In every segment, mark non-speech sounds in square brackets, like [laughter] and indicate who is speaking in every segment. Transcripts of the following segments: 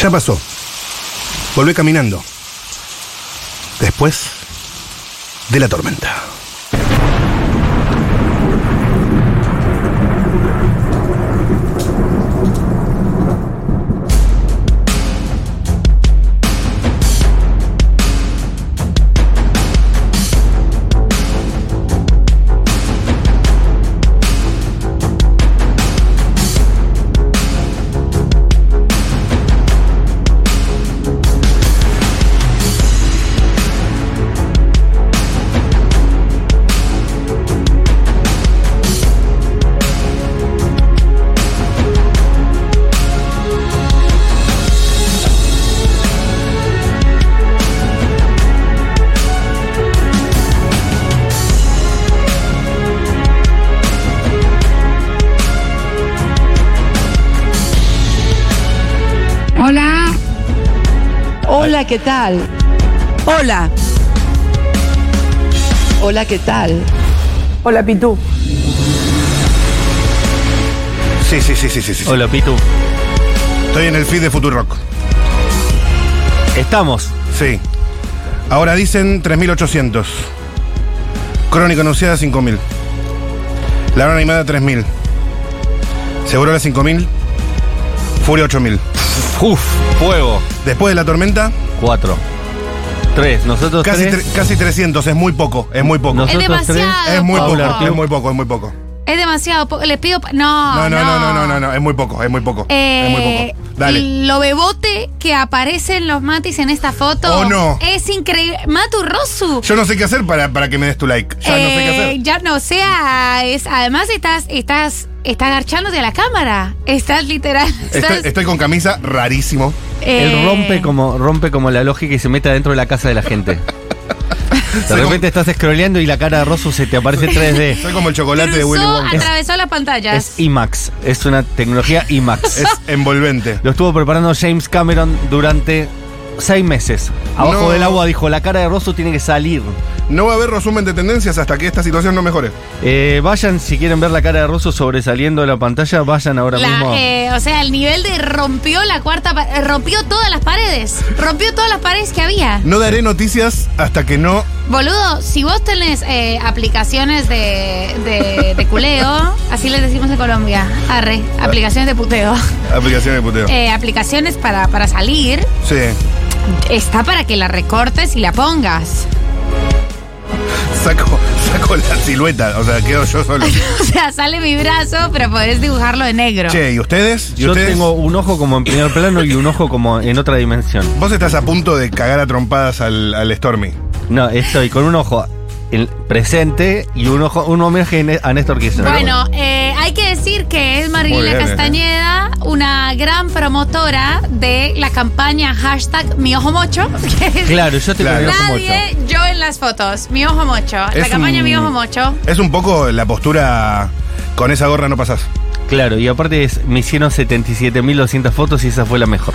Speaker 1: Ya pasó. Volvé caminando. Después de la tormenta.
Speaker 2: Hola,
Speaker 3: Hola, ¿qué tal?
Speaker 4: Hola.
Speaker 3: Hola, ¿qué tal?
Speaker 4: Hola, Pitú.
Speaker 1: Sí, sí, sí, sí, sí. sí.
Speaker 5: Hola, Pitu.
Speaker 1: Estoy en el feed de Futurock.
Speaker 5: Estamos.
Speaker 1: Sí. Ahora dicen 3.800. Crónica anunciada 5.000. La hora animada 3.000. Seguro la 5.000. Furia 8.000.
Speaker 5: Uf, fuego.
Speaker 1: Después de la tormenta,
Speaker 5: Cuatro. Tres. Nosotros
Speaker 1: casi,
Speaker 5: tres.
Speaker 1: tre- casi 300. Es muy poco, es muy poco.
Speaker 5: No
Speaker 2: es
Speaker 5: Nosotros
Speaker 2: demasiado.
Speaker 1: Es muy
Speaker 5: Paula
Speaker 1: poco,
Speaker 5: Artur.
Speaker 1: es muy poco, es muy poco.
Speaker 2: Es demasiado. po- Les pido. pa- Ah, No,
Speaker 1: No, no, no, no, no, no, no, es muy poco, es muy poco. es muy
Speaker 2: Eh,
Speaker 1: poco. Dale.
Speaker 2: Lo bebote que aparece en los matis en esta foto.
Speaker 1: Oh, no.
Speaker 2: Es increíble. Matu Rosu.
Speaker 1: Yo no sé qué hacer para, para que me des tu like. Ya no sé qué
Speaker 2: Eh,
Speaker 1: hacer.
Speaker 2: ya no sea. Es, además, estás, estás, estás garchándote a la cámara. Estás literal.
Speaker 1: Estoy,
Speaker 2: estás,
Speaker 1: estoy con camisa rarísimo.
Speaker 2: eh,
Speaker 5: Él rompe como, rompe como la lógica y se mete adentro de la casa de la [laughs] gente. De repente estás scrolleando y la cara de Rosu se te aparece 3D.
Speaker 2: Eh.
Speaker 1: Soy como el chocolate de
Speaker 2: cruzó,
Speaker 1: Willy Wonka. Es,
Speaker 2: atravesó las pantallas.
Speaker 5: Es IMAX. Es una tecnología IMAX.
Speaker 1: envolvente.
Speaker 5: Lo estuvo preparando James Cameron durante seis meses. Abajo
Speaker 1: No.
Speaker 5: del agua dijo, la cara de Rosu tiene que salir.
Speaker 1: No va a haber resumen de tendencias hasta que esta situación no mejore.
Speaker 5: Eh, vayan, si quieren ver la cara de Rosu sobresaliendo de la pantalla, vayan ahora
Speaker 2: La,
Speaker 5: mismo.
Speaker 2: eh, o sea, el nivel de rompió la cuarta, pa- eh, rompió todas las paredes, rompió todas las paredes que había.
Speaker 1: No daré noticias hasta que no.
Speaker 2: Boludo, si vos tenés eh, aplicaciones de, de, de culeo, así les decimos en Colombia, arre, aplicaciones
Speaker 1: [laughs]
Speaker 2: de puteo,
Speaker 1: Aplicación de puteo.
Speaker 2: eh, aplicaciones para, para salir,
Speaker 1: Sí.
Speaker 2: está para que la recortes y la pongas. [laughs]
Speaker 1: Saco, saco la silueta. O sea, quedo yo
Speaker 2: [laughs]
Speaker 1: solo.
Speaker 2: O sea, sale mi brazo, pero podés dibujarlo de negro.
Speaker 1: Che, ¿y ustedes? ¿Y
Speaker 5: Yo
Speaker 1: ustedes?
Speaker 5: tengo un ojo como en primer plano y un ojo como en otra dimensión.
Speaker 1: Vos estás a punto de cagar a trompadas al, al Stormy.
Speaker 5: No, estoy con un ojo en- presente y un ojo, un homenaje e-, a Ne- a Néstor Kirchner.
Speaker 2: Bueno, eh, hay que decir que es
Speaker 1: Muy
Speaker 2: Marilena
Speaker 1: bien, eh.
Speaker 2: Castañeda, una gran promotora de la campaña hashtag Mi Ojo Mocho. [laughs] que es
Speaker 5: Claro, yo te
Speaker 1: Claro.
Speaker 5: claro.
Speaker 2: Nadie, yo en las fotos, Mi Ojo Mocho. la
Speaker 1: Es
Speaker 2: campaña
Speaker 1: un-
Speaker 2: Mi Ojo Mocho.
Speaker 1: Es un poco la postura. Con esa gorra no pasás.
Speaker 5: Claro, y aparte es- me hicieron 77.200 fotos y esa fue la mejor.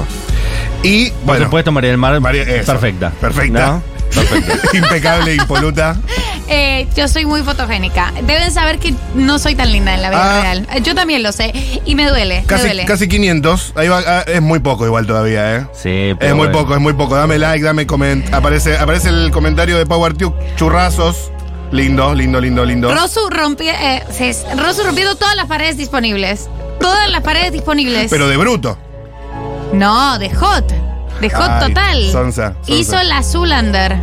Speaker 1: Y
Speaker 5: Por
Speaker 1: bueno.
Speaker 5: supuesto, María del Mar,
Speaker 1: María- eso.
Speaker 5: perfecta.
Speaker 1: Perfecta.
Speaker 5: ¿No? [laughs]
Speaker 1: Perfecta. Impecable,
Speaker 2: [laughs]
Speaker 1: impoluta.
Speaker 2: Eh, yo soy muy fotogénica. Deben saber que no soy tan linda en la vida
Speaker 1: Ah.
Speaker 2: real. Eh, Yo también lo sé. Y me duele, me
Speaker 1: Casi,
Speaker 2: duele.
Speaker 1: casi 500. Ahí va, ah, es muy poco igual todavía, ¿eh?
Speaker 5: Sí, pero
Speaker 1: Es muy
Speaker 5: bueno.
Speaker 1: poco, es muy poco. Dame like, dame coment. Aparece, aparece el comentario de Power Tube. Churrazos. Lindo, lindo, lindo, lindo.
Speaker 2: Rosu, rompi- eh, se- Rosu rompiendo todas las paredes disponibles. Todas las paredes disponibles.
Speaker 1: Pero de bruto.
Speaker 2: No, de hot. De hot
Speaker 1: Ay,
Speaker 2: total.
Speaker 1: sonsa, sonsa.
Speaker 2: Hizo la Zulander.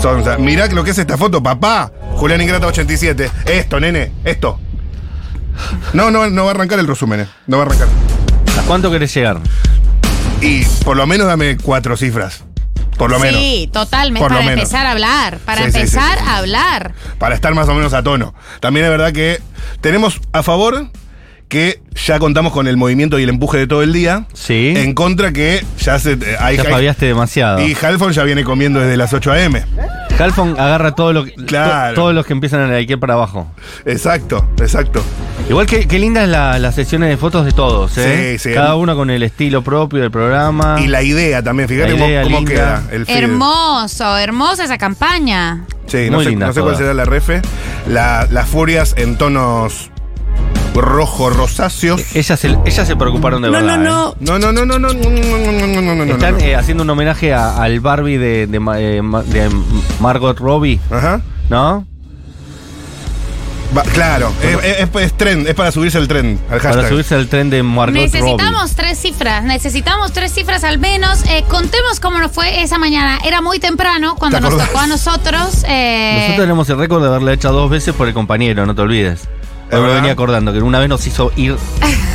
Speaker 1: Sonsa. Mirá lo que es esta foto, papá. Julián Ingrata 87. Esto, nene, esto. No, no, no va a arrancar el resumen, eh. No va a arrancar.
Speaker 5: ¿A cuánto querés llegar?
Speaker 1: Y por lo menos dame cuatro cifras. Por lo menos.
Speaker 2: Sí, totalmente.
Speaker 1: Por lo
Speaker 2: Para
Speaker 1: menos.
Speaker 2: empezar a hablar. Para
Speaker 1: Sí, sí, sí,
Speaker 2: empezar
Speaker 1: sí, sí.
Speaker 2: a hablar.
Speaker 1: para estar más o menos a tono. También es verdad que tenemos a favor que ya contamos con el movimiento y el empuje de todo el día.
Speaker 5: Sí.
Speaker 1: En contra que ya se. eh, hay-
Speaker 5: Ya
Speaker 1: hay-
Speaker 5: fabiaste demasiado.
Speaker 1: y Halfon ya viene comiendo desde las 8 a.m.
Speaker 5: Halfon agarra todo lo, que-
Speaker 1: Claro.
Speaker 5: to- todos los que empiezan en el Ikea para abajo.
Speaker 1: Exacto, exacto.
Speaker 5: Igual que, qué lindas la- las sesiones de fotos de todos, ¿eh?
Speaker 1: Sí, sí.
Speaker 5: Cada uno con el estilo propio del programa.
Speaker 1: Y la idea también, fíjate
Speaker 5: Ah. La idea
Speaker 1: cómo, cómo queda
Speaker 5: linda.
Speaker 1: el feed.
Speaker 2: Hermoso, hermosa esa campaña.
Speaker 1: Sí, no
Speaker 5: Muy
Speaker 1: sé,
Speaker 5: linda
Speaker 1: no sé cuál
Speaker 5: toda.
Speaker 1: será la refe. La- las furias en tonos rojo rosáceos.
Speaker 5: Ellas se, ellas se preocuparon de
Speaker 4: No,
Speaker 5: verdad.
Speaker 4: no,
Speaker 5: ¿eh?
Speaker 4: no.
Speaker 1: No, no, no, no, no, no, no, no, no, no, no.
Speaker 5: Están
Speaker 1: no.
Speaker 5: eh, haciendo un homenaje a- al Barbie de, de Ma- eh, Ma- de Margot Robbie,
Speaker 1: Ajá.
Speaker 5: ¿no?
Speaker 1: Va- claro, es, es- Eh, es tren, es para subirse al tren, al hashtag.
Speaker 5: Para subirse al tren de Margot
Speaker 2: Necesitamos
Speaker 5: Robbie.
Speaker 2: tres cifras, necesitamos tres cifras al menos. Eh, contemos cómo nos fue esa mañana. Era muy temprano cuando
Speaker 1: ¿Te
Speaker 2: nos
Speaker 1: acordás?
Speaker 2: tocó a nosotros. eh,
Speaker 5: Nosotros tenemos el récord de haberla hecho dos veces por el compañero, no te olvides. Hoy me
Speaker 1: verdad?
Speaker 5: venía acordando que una vez nos hizo ir,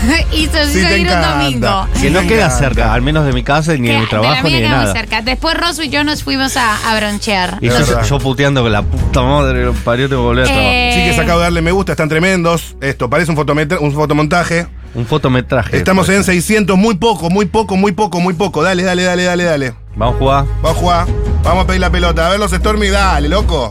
Speaker 2: [laughs] y se
Speaker 1: Sí,
Speaker 2: hizo
Speaker 1: te
Speaker 2: ir un
Speaker 1: encanta.
Speaker 2: domingo.
Speaker 5: que no
Speaker 1: Me
Speaker 5: queda
Speaker 1: encanta.
Speaker 5: cerca, al menos de mi casa, ni
Speaker 2: Que
Speaker 5: de mi
Speaker 2: de la
Speaker 5: trabajo,
Speaker 2: mía
Speaker 5: ni de
Speaker 2: queda muy
Speaker 5: nada.
Speaker 2: cerca. Después Rosu y yo nos fuimos a, a bronchear.
Speaker 5: Y
Speaker 1: Es
Speaker 5: yo,
Speaker 1: verdad.
Speaker 5: yo puteando con la puta madre, lo parió, tengo que volver a trabajar.
Speaker 2: Eh,
Speaker 1: Sí que sacado de darle me gusta, están tremendos. Esto parece un, fotometra- un fotomontaje.
Speaker 5: Un fotometraje. pues.
Speaker 1: Estamos en 600, muy poco, muy poco, muy poco, muy poco. Dale, dale, dale, dale, dale.
Speaker 5: Vamos a jugar.
Speaker 1: Vamos a jugar, vamos a pedir la pelota. A ver los Stormy, dale, loco.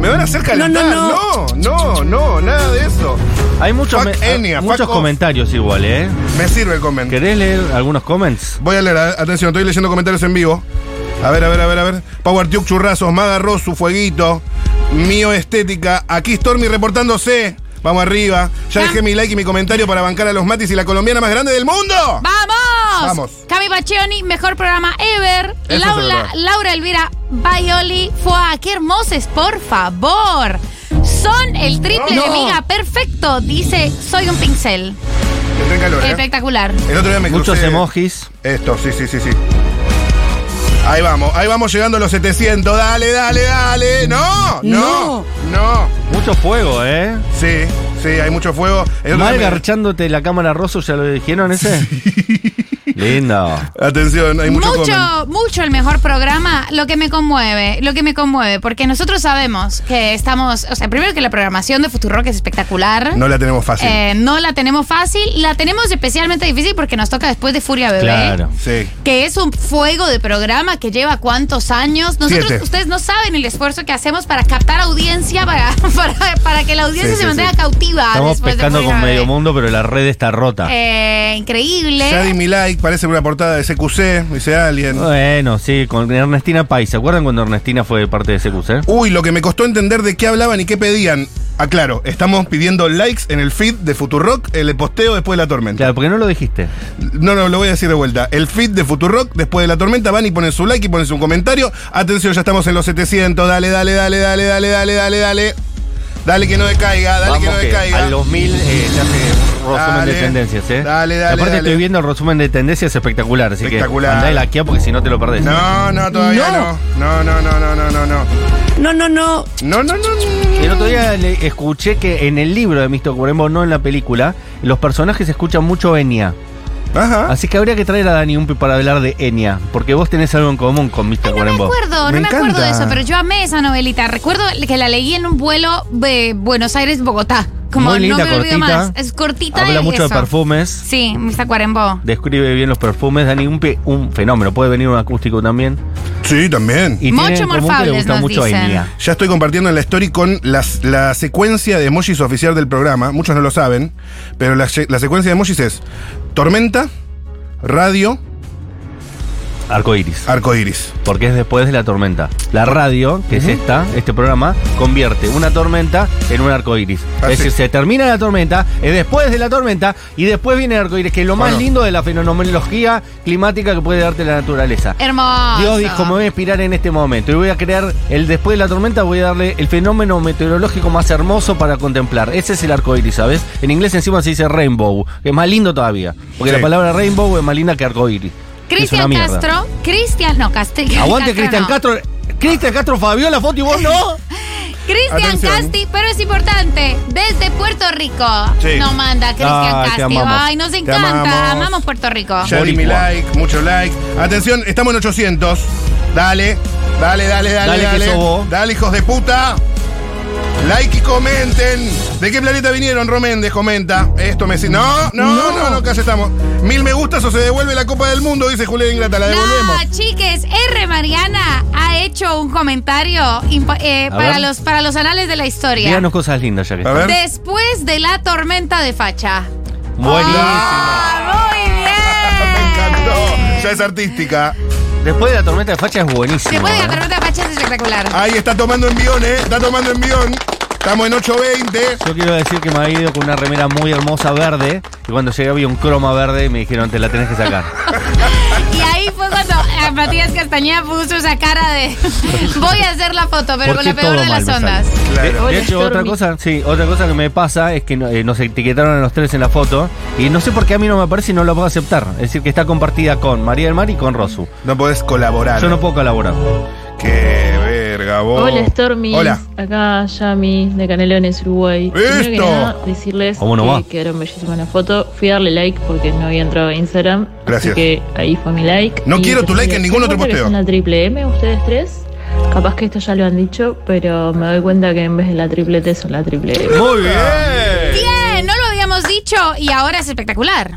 Speaker 1: Me van a hacer calentar. No,
Speaker 4: no,
Speaker 1: no, no, nada de eso.
Speaker 5: Hay muchos,
Speaker 1: Fuck
Speaker 5: me- eh,
Speaker 1: Enya, fuck
Speaker 5: muchos
Speaker 1: off.
Speaker 5: comentarios igual, ¿eh?
Speaker 1: Me sirve el comentario.
Speaker 5: ¿Querés leer algunos comments?
Speaker 1: Voy a leer, a- atención, estoy leyendo comentarios en vivo. A ver, a ver, a ver, a ver. Power Duke Churrazos, Maga Rosu, Fueguito, Mío Estética. Aquí Stormy reportándose. Vamos arriba. Ya
Speaker 2: Ah.
Speaker 1: dejé mi like y mi comentario para bancar a los matis y la colombiana más grande del mundo.
Speaker 2: ¡Vamos!
Speaker 1: Vamos.
Speaker 2: Cami Baccioni, mejor programa ever.
Speaker 1: Eso es
Speaker 2: Laura,
Speaker 1: verdad.
Speaker 2: Laura Elvira Baioli, ¡Fua! ¡Qué hermosos, por favor! Son el triple de
Speaker 1: No.
Speaker 2: miga perfecto, dice Soy un pincel.
Speaker 1: Que tenga calor, ¿eh?
Speaker 2: Espectacular.
Speaker 1: El otro día me
Speaker 5: Muchos
Speaker 1: crucé-
Speaker 5: emojis.
Speaker 1: Esto, sí, sí, sí, sí. Ahí vamos, ahí vamos llegando a los 700. Dale, dale, dale. No, no, no.
Speaker 5: Mucho fuego, ¿eh?
Speaker 1: Sí, sí, hay mucho fuego. El otro
Speaker 5: Mal
Speaker 1: día me-
Speaker 5: garchándote la cámara rosso, ¿ya lo dijeron
Speaker 1: [laughs]
Speaker 5: ese? Lindo.
Speaker 2: Ah,
Speaker 1: Atención, hay mucho,
Speaker 2: Mucho,
Speaker 1: comen.
Speaker 2: mucho, el mejor programa, lo que me conmueve, lo que me conmueve, porque nosotros sabemos que estamos, o sea, primero que la programación de Futurock es espectacular.
Speaker 1: No la tenemos fácil.
Speaker 2: Eh, no la tenemos fácil, la tenemos especialmente difícil porque nos toca después de Furia Bebé.
Speaker 5: Claro.
Speaker 1: Sí.
Speaker 2: que es un fuego de programa que lleva cuántos años. Nosotros,
Speaker 1: Siete.
Speaker 2: ustedes no saben el esfuerzo que hacemos para captar audiencia, para, [laughs] para, para que la audiencia
Speaker 1: Sí,
Speaker 2: se
Speaker 1: sí,
Speaker 2: mantenga
Speaker 1: sí.
Speaker 2: cautiva.
Speaker 5: Estamos
Speaker 2: después de
Speaker 5: pescando
Speaker 2: Furia
Speaker 5: con
Speaker 2: Bebé.
Speaker 5: medio mundo, pero la red está rota.
Speaker 2: Eh,
Speaker 1: Ya di
Speaker 2: increíble.
Speaker 1: mi like, parece una portada de CQC, dice alguien.
Speaker 5: Ah. Bueno, sí, con Ernestina Pais. ¿Se acuerdan cuando Ernestina fue parte de eh? CQC?
Speaker 1: Uy, lo que me costó entender de qué hablaban y qué pedían. Aclaro, estamos pidiendo likes en el feed de Futurock, el posteo después de la tormenta.
Speaker 5: Claro, porque no lo dijiste.
Speaker 1: No, no, lo voy a decir de vuelta. El feed de Futurock, después de la tormenta, van y ponen su like y ponen su comentario. Atención, ya estamos en los 700. Dale, dale, dale, dale, dale, dale, dale, dale. Dale que no decaiga, dale que no decaiga.
Speaker 5: a los mil eh, se hace un resumen
Speaker 1: Dale,
Speaker 5: de tendencias, ¿eh?
Speaker 1: dale,
Speaker 5: Y
Speaker 1: dale,
Speaker 5: Aparte
Speaker 1: dale.
Speaker 5: estoy viendo el resumen de tendencias espectacular, así
Speaker 1: Espectacular.
Speaker 5: que andá y laquea porque si no te lo perdés.
Speaker 1: No, no, todavía no.
Speaker 4: No.
Speaker 1: No, no, no, no, no, no, no.
Speaker 4: No, no, no.
Speaker 1: No, no, no,
Speaker 5: El
Speaker 1: no.
Speaker 5: otro día le escuché que en el libro de Mr. Cuerembo, no en la película, los personajes escuchan mucho Enya.
Speaker 1: Ajá.
Speaker 5: Así que habría que traer a Dani Umpi para hablar de Enya, porque vos tenés algo en común con Mr.
Speaker 2: Ay, no me
Speaker 5: Cuerembo.
Speaker 2: acuerdo, no
Speaker 1: Me
Speaker 2: me, acuerdo de
Speaker 1: encanta.
Speaker 2: eso, pero yo amé esa novelita. Recuerdo que la leí en un vuelo de Buenos Aires-Bogotá. Como
Speaker 5: Muy linda,
Speaker 2: no me olvido
Speaker 5: cortita.
Speaker 2: más. Es cortita
Speaker 5: Habla
Speaker 2: y
Speaker 5: mucho
Speaker 2: eso.
Speaker 5: de perfumes,
Speaker 2: Sí, Mr. Cuarembó.
Speaker 5: describe bien los perfumes. Dani Umpi, un fenómeno. Puede venir un acústico también.
Speaker 1: Sí, también.
Speaker 5: Y tiene
Speaker 2: Mucho
Speaker 5: en común que le
Speaker 2: morfables,
Speaker 5: gusta
Speaker 2: nos
Speaker 5: mucho
Speaker 2: dicen.
Speaker 5: Enya.
Speaker 1: Ya estoy compartiendo en la story con las- la secuencia de emojis oficial del programa. Muchos no lo saben, pero la, se- la secuencia de emojis es tormenta, radio,
Speaker 5: Arcoiris.
Speaker 1: arcoiris.
Speaker 5: Porque es después de la tormenta. La radio, que es esta, este programa, convierte una tormenta en un arco iris.
Speaker 1: Ah,
Speaker 5: es
Speaker 1: sí.
Speaker 5: decir, se termina la tormenta, es después de la tormenta y después viene el arco iris, que es lo más
Speaker 1: Bueno.
Speaker 5: lindo de la fenomenología climática que puede darte la naturaleza.
Speaker 2: Hermoso.
Speaker 5: Dios dijo, me voy a inspirar en este momento y voy a crear el después de la tormenta, voy a darle el fenómeno meteorológico más hermoso para contemplar. Ese es el arco iris, ¿sabes? En inglés encima se dice rainbow, que es más lindo todavía. Porque
Speaker 1: Sí.
Speaker 5: la palabra rainbow es más linda que arco iris.
Speaker 2: Cristian Castro. Cristian, no, Castro.
Speaker 5: Aguante Cristian
Speaker 2: no.
Speaker 5: Castro. Cristian Castro, Fabiola Foti, vos no.
Speaker 2: Cristian
Speaker 1: Atención.
Speaker 2: Casti, pero es importante, desde Puerto Rico
Speaker 1: Sí.
Speaker 2: nos manda Cristian
Speaker 5: Ah, te
Speaker 2: Casti.
Speaker 5: amamos.
Speaker 2: Ay, nos encanta,
Speaker 1: amamos.
Speaker 2: amamos. Puerto Rico.
Speaker 5: Ah.
Speaker 1: Ya di mi
Speaker 5: Boricua.
Speaker 1: like, mucho like. Atención, estamos en 800. Dale, dale, dale, dale,
Speaker 5: Dale, que
Speaker 1: dale.
Speaker 5: sos vos.
Speaker 1: Dale, hijos de puta. Like y comenten. ¿De qué planeta vinieron? Roméndez comenta. Esto me dice. No, no, no, no, casi estamos. Mil me gustas o se devuelve la Copa del Mundo, dice Julia Ingrata. La devolvemos.
Speaker 2: No, chiques, R. Mariana ha hecho un comentario impo- eh,
Speaker 5: A
Speaker 2: para
Speaker 5: ver.
Speaker 2: los, para los anales de la historia.
Speaker 5: Díganos cosas lindas ya que
Speaker 1: A ver.
Speaker 5: está.
Speaker 2: Después de la tormenta de facha.
Speaker 5: Buenísimo.
Speaker 2: Ah,
Speaker 5: [laughs]
Speaker 2: muy bien.
Speaker 1: Me encantó. Ya es artística.
Speaker 5: Después de la tormenta de facha es buenísimo.
Speaker 2: Después de la
Speaker 5: ¿eh?
Speaker 2: tormenta de facha es espectacular.
Speaker 1: Ahí está tomando envión, ¿eh? Está tomando envión. Estamos en 820.
Speaker 5: Yo quiero decir que me había ido con una remera muy hermosa verde y cuando llegué había un croma verde y me dijeron, te la tenés que [laughs] sacar. ah.
Speaker 2: Y ahí fue cuando eh, Matías Castañeda puso esa cara de [laughs] voy a hacer la foto,
Speaker 5: ¿Por
Speaker 2: pero con
Speaker 5: qué
Speaker 2: la peor
Speaker 5: todo mal
Speaker 2: de las
Speaker 5: me sale?
Speaker 2: ondas.
Speaker 1: Eh,
Speaker 5: De- De,
Speaker 2: Hola,
Speaker 5: hecho,
Speaker 2: Stormy.
Speaker 5: otra cosa, sí, otra cosa que me pasa es que no- eh, nos etiquetaron a los tres en la foto y no sé por qué a mí no me aparece y no la puedo aceptar. Es decir, que está compartida con María del Mar y con Rosu.
Speaker 1: No podés colaborar.
Speaker 5: Yo no puedo colaborar.
Speaker 1: Qué verga, vos.
Speaker 6: Hola Stormy,
Speaker 1: Oh, Hola.
Speaker 6: acá Yami de Canelones, Uruguay. Primero que
Speaker 1: ¡Esto!
Speaker 6: nada, decirles
Speaker 5: ¿Cómo no
Speaker 6: que
Speaker 5: va?
Speaker 6: quedaron bellísimas las fotos. Fui a darle like porque no había entrado a Instagram.
Speaker 1: Gracias.
Speaker 6: Así que ahí fue mi like.
Speaker 1: No quiero tu
Speaker 6: después
Speaker 1: like en
Speaker 6: me
Speaker 1: ningún
Speaker 6: doy
Speaker 1: otro
Speaker 6: cuenta que
Speaker 1: posteo.
Speaker 6: Son la triple M, ustedes tres. Capaz que esto ya lo han dicho, pero me doy cuenta que en vez de la triple T son la triple M.
Speaker 1: Muy bien.
Speaker 2: Bien, no lo habíamos dicho y ahora es espectacular.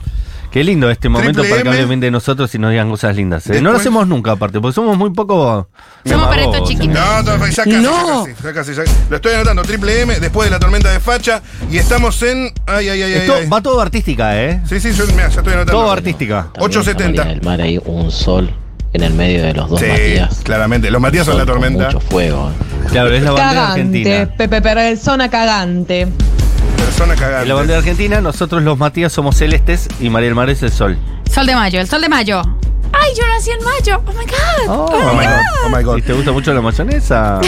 Speaker 5: Qué lindo este momento
Speaker 1: Triple
Speaker 5: para que
Speaker 1: M.
Speaker 5: hablen bien de nosotros y nos digan cosas lindas. ¿eh? No
Speaker 1: Después-
Speaker 5: lo hacemos nunca, aparte, porque somos muy poco.
Speaker 2: Somos para
Speaker 5: demagogos.
Speaker 2: estos chiquitos.
Speaker 1: No, no, ya casi,
Speaker 4: No.
Speaker 1: ya casi, ya casi, ya casi. Lo estoy anotando, triple M, después de la tormenta de facha. Y estamos en. Ay, ay, ay, ay,
Speaker 5: Esto
Speaker 1: ay.
Speaker 5: va todo artística, ¿eh?
Speaker 1: Sí, sí, yo, mirá, ya estoy anotando.
Speaker 5: Todo artística.
Speaker 7: También está
Speaker 1: 870.
Speaker 7: María del Mar ahí un sol en el medio de los dos
Speaker 1: Sí,
Speaker 7: Matías.
Speaker 1: claramente. Los Matías son
Speaker 7: Sol
Speaker 1: la
Speaker 7: con
Speaker 1: tormenta.
Speaker 7: Mucho fuego. ¿eh?
Speaker 5: Claro, es la bandera
Speaker 8: Cagante,
Speaker 5: argentina.
Speaker 8: Pepe Persona cagante.
Speaker 1: Persona
Speaker 5: Es la
Speaker 1: cagada.
Speaker 5: bandera argentina, nosotros los Matías somos celestes y María del Mar es el sol.
Speaker 2: Sol de mayo, el sol de mayo. Ay, yo nací en mayo. Oh my god.
Speaker 1: Oh my god, oh my god.
Speaker 5: ¿Y te gusta mucho la
Speaker 2: [laughs]
Speaker 5: mayonesa?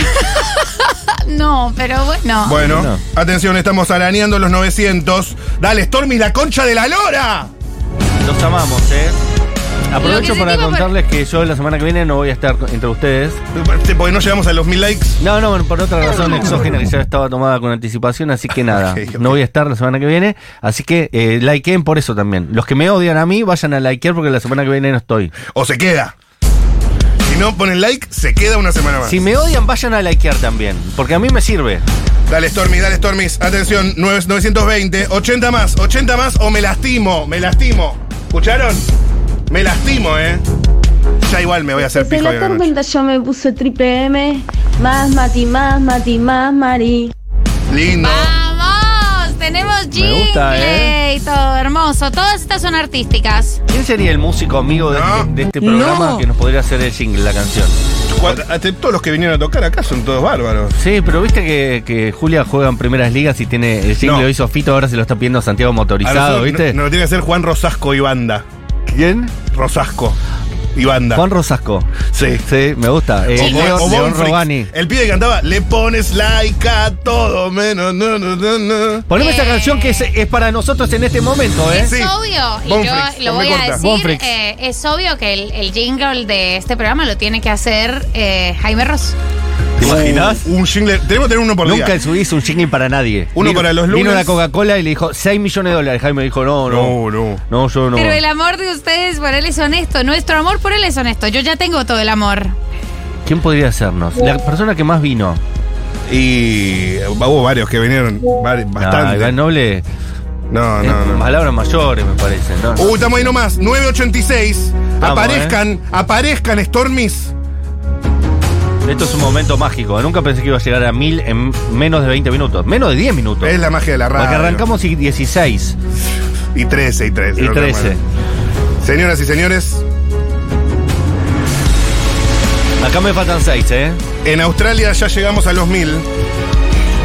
Speaker 2: No, pero bueno.
Speaker 1: Bueno,
Speaker 5: No.
Speaker 1: atención, estamos arañando los 900. Dale, Stormy, la concha de la lora.
Speaker 5: Los amamos, ¿eh? Aprovecho
Speaker 2: Lo que
Speaker 5: para
Speaker 2: sentimos por-
Speaker 5: contarles que yo la semana que viene no voy a estar entre ustedes.
Speaker 1: Porque no llegamos a los mil likes.
Speaker 5: No, no, por otra razón exógena que ya estaba tomada con anticipación, así que
Speaker 1: [laughs]
Speaker 5: nada,
Speaker 1: Ok, ok.
Speaker 5: no voy a estar la semana que viene. Así que eh, likeen por eso también. Los que me odian a mí, vayan a likear porque la semana que viene no estoy.
Speaker 1: O se queda. Si no ponen like, se queda una semana más.
Speaker 5: Si me odian, vayan a likear también, porque a mí me sirve.
Speaker 1: Dale, Stormy, dale, Stormy. Atención, nueve- 920, 80 más, 80 más o me lastimo, me lastimo. ¿Escucharon? Me lastimo, ¿eh? Ya igual me voy a hacer
Speaker 9: Desde
Speaker 1: pico. hoy
Speaker 9: la
Speaker 1: a la noche.
Speaker 9: tormenta yo me puse triple M, más Mati, más Mati, más Mari.
Speaker 1: Lindo.
Speaker 2: Ah. Vamos, tenemos
Speaker 5: Me gusta, ¿eh?
Speaker 2: jingle y todo hermoso. Todas estas son artísticas.
Speaker 5: ¿Quién sería el músico amigo de,
Speaker 1: No.
Speaker 5: de- de este programa
Speaker 4: No.
Speaker 5: que nos podría hacer el jingle, la canción?
Speaker 1: Cuatro- ate- ah, Todos los que vinieron a tocar acá son todos bárbaros.
Speaker 5: Sí, pero viste que, que Julia juega en primeras ligas y tiene el jingle
Speaker 1: No. Ah,
Speaker 5: lo hizo Fito, ahora se lo está pidiendo Santiago
Speaker 1: A
Speaker 5: Motorizado,
Speaker 1: nosotros
Speaker 5: ¿viste?
Speaker 1: Nos lo tiene que hacer Juan Rosasco y banda.
Speaker 5: ¿Quién?
Speaker 1: Rosasco y banda.
Speaker 5: Juan Rosasco.
Speaker 1: Sí.
Speaker 5: Sí, me gusta. Eh,
Speaker 1: O Bon-
Speaker 5: León,
Speaker 1: o
Speaker 5: León
Speaker 1: Bonfrix.
Speaker 5: Robani.
Speaker 1: El pibe que cantaba, le pones like a todo menos. No, no, no, no.
Speaker 5: Poneme esta
Speaker 2: Eh.
Speaker 5: canción que es, es para nosotros en este momento, ¿eh?
Speaker 2: Es
Speaker 1: Sí.
Speaker 2: obvio, y
Speaker 1: Bonfrix,
Speaker 2: yo lo
Speaker 1: ponme
Speaker 2: voy a
Speaker 1: corta.
Speaker 2: decir,
Speaker 5: Bonfrix.
Speaker 2: eh, es obvio que el, el jingle de este programa lo tiene que hacer eh, Jaime Ross.
Speaker 5: ¿Te imaginas?
Speaker 1: Uh, Un, un jingle. Tenemos que tener uno por
Speaker 5: Nunca
Speaker 1: día.
Speaker 5: en su vida hizo un jingle para nadie.
Speaker 1: Uno
Speaker 5: Vino-
Speaker 1: para los
Speaker 5: Vino
Speaker 1: lunes.
Speaker 5: la Coca-Cola y le dijo 6 millones de dólares. Jaime dijo, no, no.
Speaker 1: No, no.
Speaker 5: No, yo no.
Speaker 2: Pero el amor de ustedes por él es honesto, nuestro amor por él es honesto. Yo ya tengo todo el amor.
Speaker 5: ¿Quién podría hacernos? La persona que más vino.
Speaker 1: Y eh, hubo varios que vinieron. vari-
Speaker 5: Ah,
Speaker 1: Bastante.
Speaker 5: Iván
Speaker 1: No,
Speaker 5: Noble.
Speaker 1: no,
Speaker 5: eh,
Speaker 1: no.
Speaker 5: Palabras mayores, me parece. ¿no?
Speaker 1: Uh, estamos ahí nomás. 986.
Speaker 5: Vamos, eh.
Speaker 1: aparezcan, aparezcan Stormies. Uh.
Speaker 5: Esto es un momento mágico. Nunca pensé que iba a llegar a mil en menos de 20 minutos. Menos de 10 minutos.
Speaker 1: Es la magia de la radio.
Speaker 5: Porque arrancamos y 16
Speaker 1: Y 13, y 13.
Speaker 5: y
Speaker 1: no,
Speaker 5: 13.
Speaker 1: no, no. Señoras y señores,
Speaker 5: Acá me faltan 6, ¿eh?
Speaker 1: en Australia ya llegamos a los mil.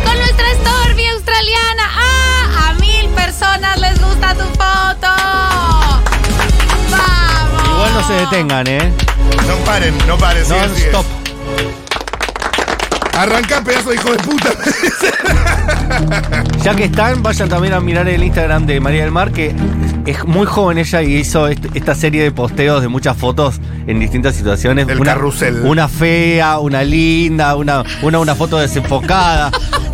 Speaker 2: Con nuestra Stormy australiana, ¡ah! A mil personas les gusta tu foto. ¡Vamos!
Speaker 5: Igual
Speaker 1: Ah.
Speaker 5: no se detengan, ¿eh?
Speaker 1: No paren, no paren. sigue,
Speaker 5: Non
Speaker 1: sigue.
Speaker 5: stop.
Speaker 1: Arrancá, pedazo de hijo de puta.
Speaker 5: Ya que están, vayan también a mirar el Instagram de María del Mar, que es muy joven ella y hizo est- esta serie de posteos de muchas fotos en distintas situaciones.
Speaker 1: El
Speaker 5: una,
Speaker 1: carrusel.
Speaker 5: Una fea, una linda, una, una, una foto desenfocada.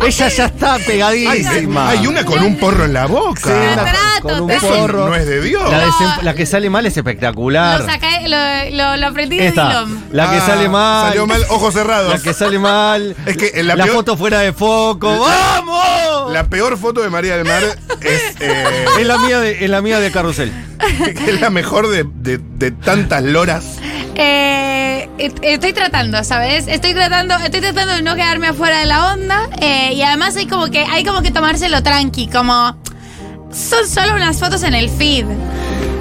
Speaker 5: ella ya está
Speaker 1: Ay,
Speaker 5: pegadísima.
Speaker 1: Hay una con un porro en la
Speaker 5: Sí, una
Speaker 1: boca.
Speaker 2: Trato,
Speaker 5: con un
Speaker 2: trato.
Speaker 1: Eso
Speaker 5: porro.
Speaker 1: no es de Dios.
Speaker 5: La, desen- la que sale mal es espectacular.
Speaker 2: Lo, saqué, lo, lo, lo aprendí de
Speaker 5: Esta,
Speaker 2: Dylan.
Speaker 5: la que
Speaker 1: Ah,
Speaker 5: sale mal.
Speaker 1: Salió mal, ojos cerrados.
Speaker 5: La que sale mal.
Speaker 1: [laughs] Es que en la peor-
Speaker 5: foto fuera de foco. ¡Vamos!
Speaker 1: La peor foto de María del Mar es, eh,
Speaker 5: [laughs] Es la mía de, es la mía de carrusel.
Speaker 1: que es la mejor de, de- de tantas loras.
Speaker 2: Eh, et- estoy tratando, ¿sabes? Estoy tratando, estoy tratando de no quedarme afuera de la onda. eh, y además hay como que, hay como que tomárselo tranqui, como son solo unas fotos en el feed.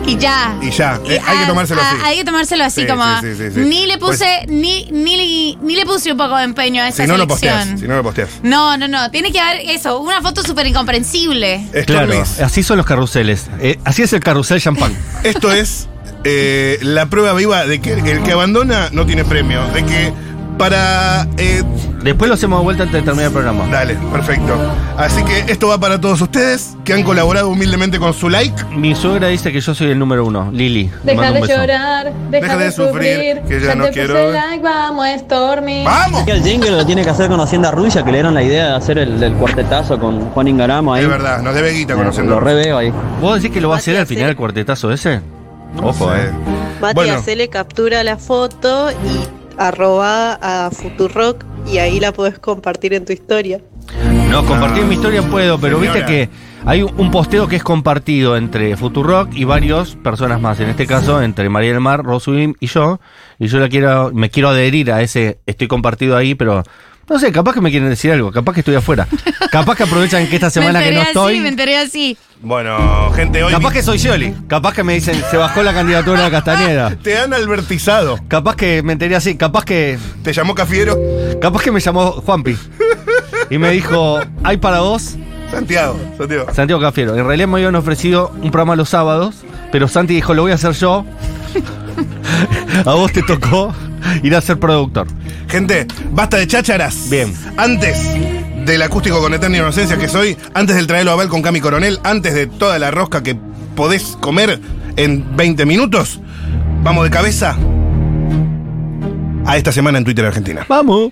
Speaker 2: Y ya.
Speaker 1: Y ya,
Speaker 2: Y
Speaker 1: eh, hay que
Speaker 5: ah,
Speaker 2: a-
Speaker 1: tomárselo
Speaker 2: a-
Speaker 1: así.
Speaker 2: Hay que tomárselo así
Speaker 1: Sí,
Speaker 2: como.
Speaker 1: sí, sí, sí, sí.
Speaker 2: Ni le
Speaker 1: Pues-
Speaker 2: puse, ni, ni, ni le puse un poco de empeño a esa
Speaker 1: Si no lo
Speaker 2: selección.
Speaker 1: posteas, si no lo posteas.
Speaker 2: no, no, no. Tiene que haber eso, una foto súper incomprensible.
Speaker 5: Claro,
Speaker 1: Stormis,
Speaker 5: así son los carruseles. Eh, así es el carrusel champán.
Speaker 1: esto es eh, la prueba viva de que el que abandona no tiene premio. De que para eh,
Speaker 5: Después lo hacemos de vuelta antes de terminar el programa.
Speaker 1: Dale, perfecto. Así que esto va para todos ustedes que han colaborado humildemente con su like.
Speaker 5: Mi suegra dice que yo soy el número uno, Lili. le
Speaker 6: Deja
Speaker 5: mando
Speaker 6: de
Speaker 5: un beso.
Speaker 6: llorar, deja,
Speaker 1: Deja de
Speaker 6: de,
Speaker 1: sufrir,
Speaker 6: sufrir,
Speaker 1: que ya no
Speaker 6: te
Speaker 1: quiero
Speaker 6: puse
Speaker 1: ver.
Speaker 6: pues like, vamos, Stormy.
Speaker 1: ¡Vamos!
Speaker 10: El jingle lo tiene que hacer conociendo a Rulla, que le dieron la idea de hacer el, el cuartetazo con Juan Ingaramo ahí.
Speaker 1: Es verdad, nos debe guita
Speaker 10: Eh,
Speaker 1: conociendo.
Speaker 10: Lo reveo ahí.
Speaker 5: ¿Vos decís que lo va a hacer al final el cuartetazo ese? Ojo, eh.
Speaker 1: Matías, bueno,
Speaker 9: le captura la foto y arroba a Futurock y ahí la podés compartir en tu historia.
Speaker 5: No, compartir mi historia puedo, pero
Speaker 1: Señora.
Speaker 5: viste que hay un posteo que es compartido entre Futurock y varias personas más. En este caso, entre María del Mar, Rosuim y yo. Y yo la quiero, me quiero adherir a ese, estoy compartido ahí, pero no sé, capaz que me quieren decir algo, capaz que estoy
Speaker 2: [laughs]
Speaker 5: afuera. capaz que aprovechan que esta semana
Speaker 2: me
Speaker 5: que no
Speaker 2: enteré
Speaker 5: estoy.
Speaker 2: así, me enteré así.
Speaker 1: bueno, gente, hoy
Speaker 5: Capaz
Speaker 1: vi-
Speaker 5: que soy Yoli. Capaz que me dicen, se bajó la candidatura de Castañeda.
Speaker 1: te han albertizado.
Speaker 5: Capaz que me enteré así, capaz que.
Speaker 1: Te llamó Cafiero
Speaker 5: Capaz que me llamó Juanpi. Y me dijo, hay para vos,
Speaker 1: Santiago. Santiago.
Speaker 5: Santiago Cafiero. En realidad me habían ofrecido un programa los sábados, pero Santi dijo, lo voy a hacer yo. a vos te tocó ir a ser productor.
Speaker 1: Gente, basta de chácharas.
Speaker 5: Bien.
Speaker 1: Antes del acústico con eterna inocencia que soy, antes del traerlo a Abel con Cami Coronel, antes de toda la rosca que podés comer en 20 minutos, vamos de cabeza a esta semana en Twitter Argentina.
Speaker 5: Vamos.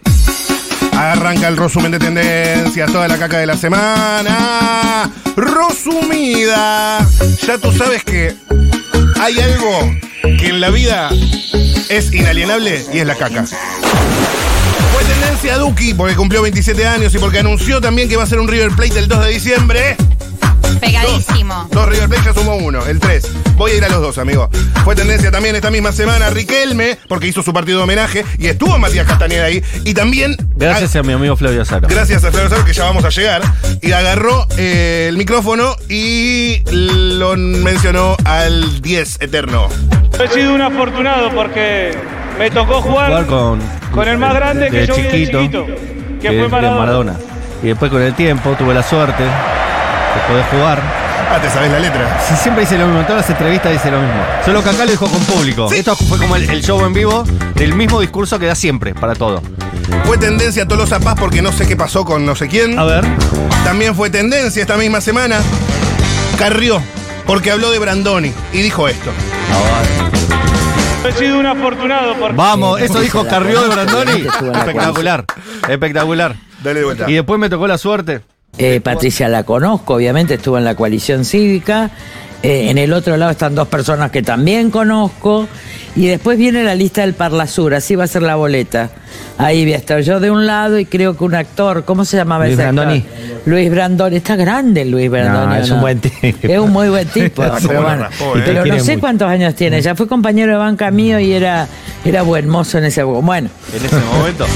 Speaker 1: Arranca el resumen de tendencias, toda la caca de la semana. Resumida. Ya tú sabes que hay algo que en la vida es inalienable y es la caca. Fue tendencia Duki porque cumplió 27 años y porque anunció también que va a ser un River Plate el 2 de diciembre.
Speaker 2: Pegadísimo.
Speaker 1: Dos River Plate, ya sumo uno, el 3. Voy a ir a los dos, amigo. Fue tendencia también esta misma semana Riquelme, porque hizo su partido de homenaje y estuvo Matías Castañeda ahí. Y también.
Speaker 5: Gracias a mi amigo Flavio Saro.
Speaker 1: Gracias a Flor Saro, que ya vamos a llegar. Y agarró eh, el micrófono y lo mencionó al 10 eterno.
Speaker 11: He sido un afortunado porque me tocó jugar,
Speaker 5: Jugar con,
Speaker 11: con el más grande que
Speaker 5: de
Speaker 11: yo vi de chiquito, que
Speaker 5: de-
Speaker 11: fue
Speaker 5: de
Speaker 11: Maradona.
Speaker 5: Maradona. Y después con el tiempo tuve la suerte de poder jugar.
Speaker 1: Ah, te sabes la letra.
Speaker 5: Sí, siempre dice lo mismo, en todas las entrevistas dice lo mismo. Solo que acá lo dijo con público.
Speaker 1: Sí.
Speaker 5: Esto fue como el, el show en vivo del mismo discurso que da siempre para todo.
Speaker 1: Fue tendencia a Tolosa Paz porque no sé qué pasó con no sé quién.
Speaker 5: A ver.
Speaker 1: También fue tendencia esta misma semana Carrió, porque habló de Brandoni y dijo esto.
Speaker 11: He sido un afortunado porque
Speaker 5: Vamos, eso dijo Carrió de Brandoni.
Speaker 10: Te suben la
Speaker 5: Espectacular, espectacular.
Speaker 1: Dale de vuelta.
Speaker 5: Y después me tocó la suerte.
Speaker 10: Eh, Patricia la conozco, obviamente estuvo en la coalición cívica. Eh, en el otro lado están dos personas que también conozco. Y después viene la lista del Parlasur, así va a ser la boleta. Ahí voy a estar yo de un lado y creo que un actor, ¿cómo se llamaba
Speaker 7: Luis
Speaker 10: ese actor?
Speaker 7: Brandoni.
Speaker 10: Luis Brandoni, está grande Luis Brandoni.
Speaker 7: No,
Speaker 10: ¿o
Speaker 7: es un
Speaker 10: no?
Speaker 7: buen tipo.
Speaker 10: Es un muy
Speaker 7: [laughs]
Speaker 10: buen tipo.
Speaker 7: Ah,
Speaker 1: cómo
Speaker 10: pero
Speaker 1: la
Speaker 10: bueno.
Speaker 1: raspó, ¿eh?
Speaker 10: Pero
Speaker 7: Te
Speaker 10: no
Speaker 7: quiere
Speaker 10: sé
Speaker 7: mucho.
Speaker 10: cuántos años tiene, ya fue compañero de banca mío y era, era buen mozo en ese bueno.
Speaker 5: En ese momento.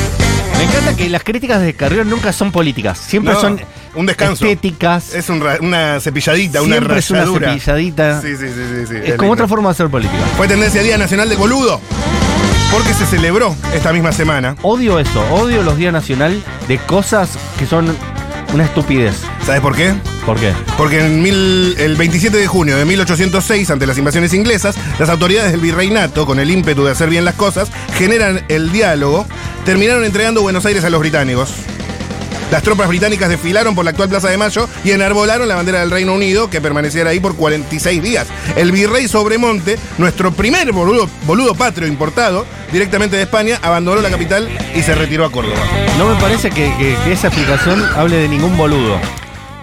Speaker 5: Me encanta que las críticas de Carrió nunca son políticas. Siempre
Speaker 1: No,
Speaker 5: son
Speaker 1: un descanso.
Speaker 5: estéticas.
Speaker 1: Es un ra- una cepilladita, una
Speaker 5: Siempre es una
Speaker 1: rayadura.
Speaker 5: cepilladita.
Speaker 1: Sí, sí, sí, sí, sí.
Speaker 5: es
Speaker 1: Es
Speaker 5: como
Speaker 1: lindo.
Speaker 5: otra forma de hacer política.
Speaker 1: Fue tendencia Día Nacional de Boludo. Porque se celebró esta misma semana.
Speaker 5: Odio eso, odio los días nacional de cosas que son una estupidez.
Speaker 1: ¿Sabes por qué?
Speaker 5: ¿Por qué?
Speaker 1: Porque en mil- el 27 de junio de 1806, ante las invasiones inglesas, las autoridades del virreinato, con el ímpetu de hacer bien las cosas, generan el diálogo, terminaron entregando Buenos Aires a los británicos. Las tropas británicas desfilaron por la actual Plaza de Mayo y enarbolaron la bandera del Reino Unido, que permaneciera ahí por 46 días. El virrey Sobremonte, nuestro primer boludo, boludo patrio importado, directamente de España, abandonó la capital y se retiró a Córdoba.
Speaker 5: No me parece que, que- que esa explicación hable de ningún boludo.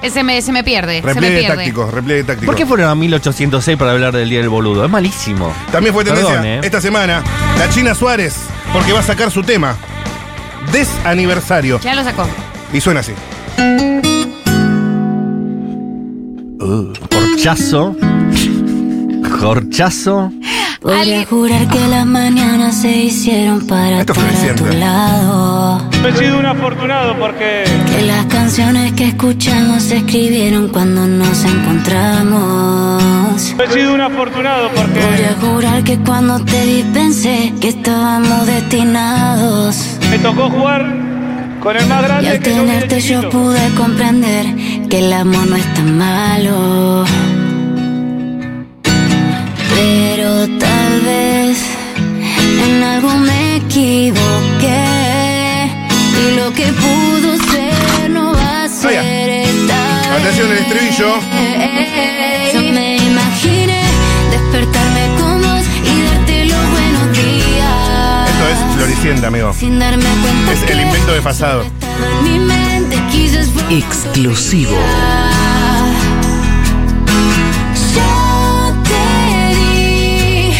Speaker 2: Ese me, se me pierde. Se me
Speaker 1: Repliegue
Speaker 2: pierde.
Speaker 1: táctico, repliegue táctico.
Speaker 5: ¿Por qué fueron a 1806 para hablar del Día del Boludo? Es malísimo.
Speaker 1: También fue tendencia
Speaker 5: Perdón, ¿eh?
Speaker 1: esta semana la China Suárez, porque va a sacar su tema. Desaniversario.
Speaker 2: Ya lo sacó.
Speaker 1: Y suena así.
Speaker 5: Corchazo. Corchazo.
Speaker 12: Podría jurar que las mañanas se hicieron para
Speaker 11: Esto fue
Speaker 12: estar a tu
Speaker 11: reciente.
Speaker 12: lado.
Speaker 11: He sido un afortunado porque
Speaker 12: Que las canciones que escuchamos se escribieron cuando nos encontramos.
Speaker 11: he sido un afortunado porque
Speaker 12: Podría jurar que cuando te vi pensé que estábamos destinados.
Speaker 11: me tocó jugar con el más
Speaker 12: Y
Speaker 11: grande
Speaker 12: al
Speaker 11: que yo vi de
Speaker 12: tenerte yo
Speaker 11: chiquito.
Speaker 12: pude comprender que el amor no es tan malo. Pero tal vez en algo me equivoqué. Y lo que pudo ser no va a
Speaker 1: Ah, ya.
Speaker 12: ser esta
Speaker 1: Atención, el estribillo.
Speaker 12: vez. Yo me imaginé despertarme con vos y darte los buenos días.
Speaker 1: Esto es Floricienta, amigo.
Speaker 12: Sin darme cuenta
Speaker 1: Es el
Speaker 12: que
Speaker 1: invento desfasado.
Speaker 12: en mi mente quise
Speaker 13: Exclusivo.
Speaker 12: Yo te di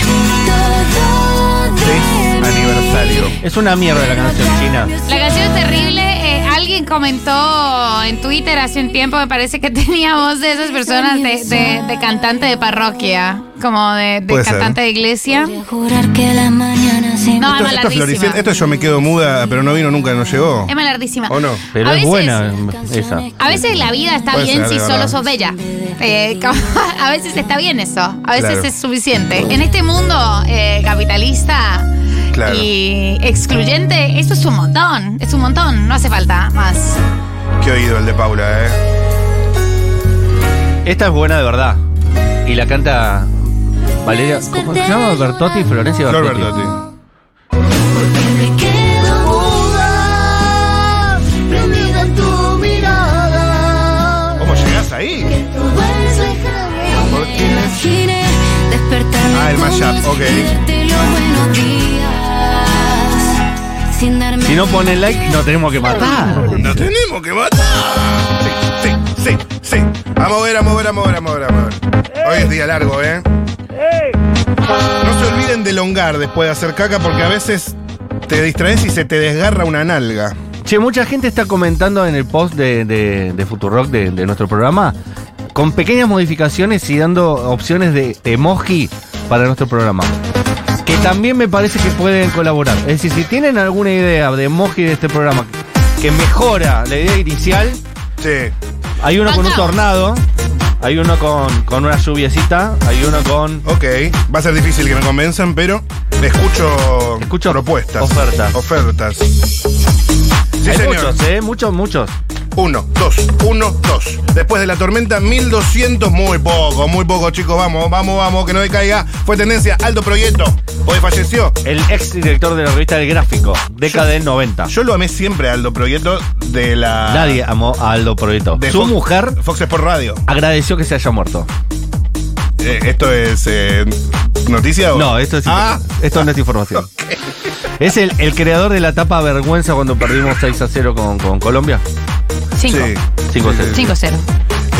Speaker 12: todo de
Speaker 1: Aniversario.
Speaker 5: Es una mierda la canción china.
Speaker 2: La canción es terrible. eh, alguien comentó en Twitter hace un tiempo, me parece que [laughs] tenía voz de esas personas de, de- de cantante de parroquia, como de, de
Speaker 1: Puede ser.
Speaker 2: cantante de iglesia.
Speaker 12: jurar que la mañana se
Speaker 1: Esto, esto
Speaker 2: No, es
Speaker 1: es
Speaker 2: malardísima.
Speaker 1: Floricienta. Esto yo me quedo muda, pero no vino, nunca nos llegó.
Speaker 2: Es
Speaker 12: Em-
Speaker 2: malardísima.
Speaker 1: ¿O no?
Speaker 5: Pero
Speaker 2: A
Speaker 5: es
Speaker 2: veces-
Speaker 5: buena esa.
Speaker 2: A veces la vida está
Speaker 1: Puede
Speaker 2: bien
Speaker 1: ser,
Speaker 2: si
Speaker 1: de
Speaker 2: solo
Speaker 1: verdad.
Speaker 2: sos bella. Eh, como- [laughs] a veces está bien eso. A veces
Speaker 1: Claro.
Speaker 2: es suficiente. En este mundo eh, capitalista
Speaker 1: Claro.
Speaker 2: y excluyente, esto es un montón. Es un montón. No hace falta más.
Speaker 1: Qué oído el de Paula, ¿eh?
Speaker 5: Esta es buena de verdad. Y la canta Valeria. ¿Cómo se llama? Bertotti, Florencia
Speaker 1: Flor
Speaker 5: Bertotti.
Speaker 1: Bertotti.
Speaker 12: Me quedo muda, prendida en tu mirada.
Speaker 1: ¿Cómo llegás ahí?
Speaker 12: Todo es lejano. Me imaginé despertarme
Speaker 1: Ah, el
Speaker 12: con
Speaker 1: mashup,
Speaker 12: vos
Speaker 1: ok.
Speaker 12: y darte los buenos días. Sin darme
Speaker 5: Si no ponen like, no tenemos que matar.
Speaker 1: ¡Nos tenemos que matar! Sí, sí, sí, sí. A mover, a mover, a mover, a mover, a mover. Hoy es día largo, ¿eh? No se olviden de longar después de hacer caca porque a veces te distraes y se te desgarra una nalga.
Speaker 5: Che, mucha gente está comentando en el post de, de, de Futurock de, de nuestro programa con pequeñas modificaciones y dando opciones de emoji para nuestro programa. Que también me parece que pueden colaborar. Es decir, si tienen alguna idea de emoji de este programa que mejora la idea inicial,
Speaker 1: Sí.
Speaker 5: hay uno con un
Speaker 2: Acá.
Speaker 5: tornado, hay uno con, con una lluviecita, hay uno con
Speaker 1: Ok, va a ser difícil que me convenzan, pero escucho,
Speaker 5: Escucho
Speaker 1: propuestas.
Speaker 5: ofertas.
Speaker 1: Ofertas. Sí,
Speaker 5: Hay
Speaker 1: señor.
Speaker 5: muchos, ¿eh? Muchos, muchos.
Speaker 1: Uno, dos, uno, dos. Después de la tormenta, 1200. Muy poco, muy poco, chicos. Vamos, vamos, vamos, que no decaiga. Fue tendencia, Aldo Proyecto. Hoy falleció.
Speaker 5: El ex director de la revista El Gráfico, década del 90.
Speaker 1: Yo lo amé siempre, Aldo Proyecto, de la.
Speaker 5: Nadie amó a Aldo Proyecto.
Speaker 1: de
Speaker 5: Su
Speaker 1: Fox-
Speaker 5: mujer
Speaker 1: Fox Sport Radio.
Speaker 5: agradeció que se haya muerto.
Speaker 1: Eh, ¿Esto es eh, noticia o.?
Speaker 5: No, esto, es
Speaker 1: Ah,
Speaker 5: informa- esto no
Speaker 1: [laughs]
Speaker 5: es información. Es el, el creador de la tapa vergüenza cuando perdimos 6 a 0 con, con Colombia.
Speaker 2: Cinco.
Speaker 1: sí.
Speaker 5: 5 a 0.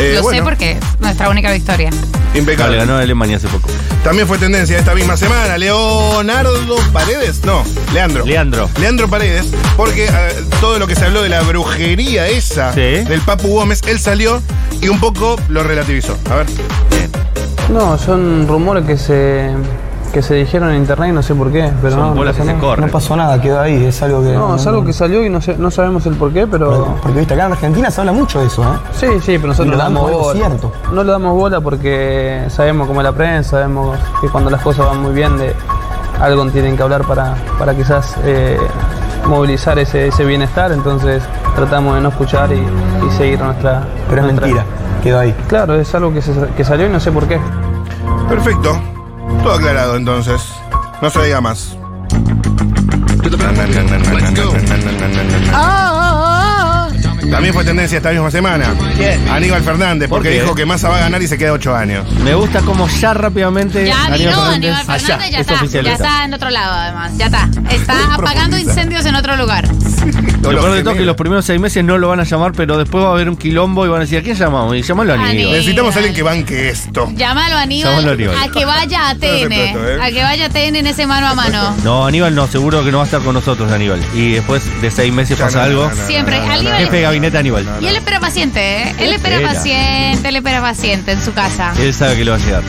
Speaker 2: 5-0.
Speaker 1: Eh,
Speaker 2: Lo sé
Speaker 1: bueno,
Speaker 2: porque es nuestra única victoria.
Speaker 5: Le
Speaker 1: Impecable.
Speaker 5: ganó a Alemania hace poco.
Speaker 1: También fue tendencia esta misma semana. Leonardo Paredes. No, Leandro.
Speaker 5: Leandro.
Speaker 1: Leandro Paredes, porque eh, todo lo que se habló de la brujería esa
Speaker 5: Sí.
Speaker 1: del Papu Gómez, él salió y un poco lo relativizó. A ver.
Speaker 14: No, son rumores que se, que se dijeron en internet y no sé por qué, pero
Speaker 5: Son
Speaker 14: no,
Speaker 5: bolas
Speaker 14: no,
Speaker 5: que se
Speaker 14: no-
Speaker 5: corren.
Speaker 14: no pasó nada, quedó ahí, es algo que... No, es algo que salió y no, sé- no sabemos el por qué, pero... Porque viste, acá en Argentina se habla mucho de eso, ¿eh? Sí, sí, pero nosotros
Speaker 15: Y lo
Speaker 14: no le
Speaker 15: damos
Speaker 14: damos
Speaker 15: como
Speaker 14: bola.
Speaker 15: algo cierto.
Speaker 14: No le damos bola porque sabemos cómo es la prensa, sabemos que cuando las cosas van muy bien de algo tienen que hablar para, para quizás eh, movilizar ese, ese bienestar, entonces tratamos de no escuchar y, y seguir nuestra...
Speaker 15: Pero es
Speaker 14: nuestra-
Speaker 15: mentira, quedó ahí.
Speaker 14: Claro, es algo que, se- que salió y no sé por qué.
Speaker 1: Perfecto. Todo aclarado entonces. No se diga más. También fue tendencia esta misma semana. Aníbal Fernández,
Speaker 5: ¿Por
Speaker 1: porque
Speaker 5: qué?
Speaker 1: dijo que Massa va a ganar y se queda ocho años.
Speaker 5: Me gusta como ya rápidamente.
Speaker 2: Ya vino Aníbal Fernández,
Speaker 5: Allá,
Speaker 2: ya
Speaker 5: es
Speaker 2: está.
Speaker 5: oficial.
Speaker 2: Ya está en otro lado, además.
Speaker 1: [laughs]
Speaker 2: Ya está. Está apagando
Speaker 1: profundiza.
Speaker 2: incendios en otro lugar.
Speaker 5: Lo peor de todo es que
Speaker 1: genera.
Speaker 5: los primeros seis meses no lo van a llamar, pero después va a haber un quilombo y van a decir, ¿a quién llamamos? Y llamalo a Aníbal.
Speaker 2: Aníbal.
Speaker 1: Necesitamos a alguien que banque esto.
Speaker 2: Llámalo a
Speaker 5: Llámalo a
Speaker 2: Aníbal
Speaker 5: Aníbal.
Speaker 2: a que vaya a TN.
Speaker 1: esto, ¿eh?
Speaker 2: A que vaya a TN en ese mano a mano.
Speaker 5: No, Aníbal no, seguro que no va a estar con nosotros, Aníbal. Y después de seis meses
Speaker 1: Ya,
Speaker 5: pasa
Speaker 1: no, no, no,
Speaker 5: algo.
Speaker 1: no,
Speaker 2: Siempre,
Speaker 1: no, no,
Speaker 2: alguien-
Speaker 1: no,
Speaker 5: Jefe de gabinete, Aníbal.
Speaker 1: no, no.
Speaker 2: Y él espera paciente, ¿eh? Él espera
Speaker 5: Espera.
Speaker 2: paciente, él espera paciente en su casa.
Speaker 5: Él sabe que lo va a llegar.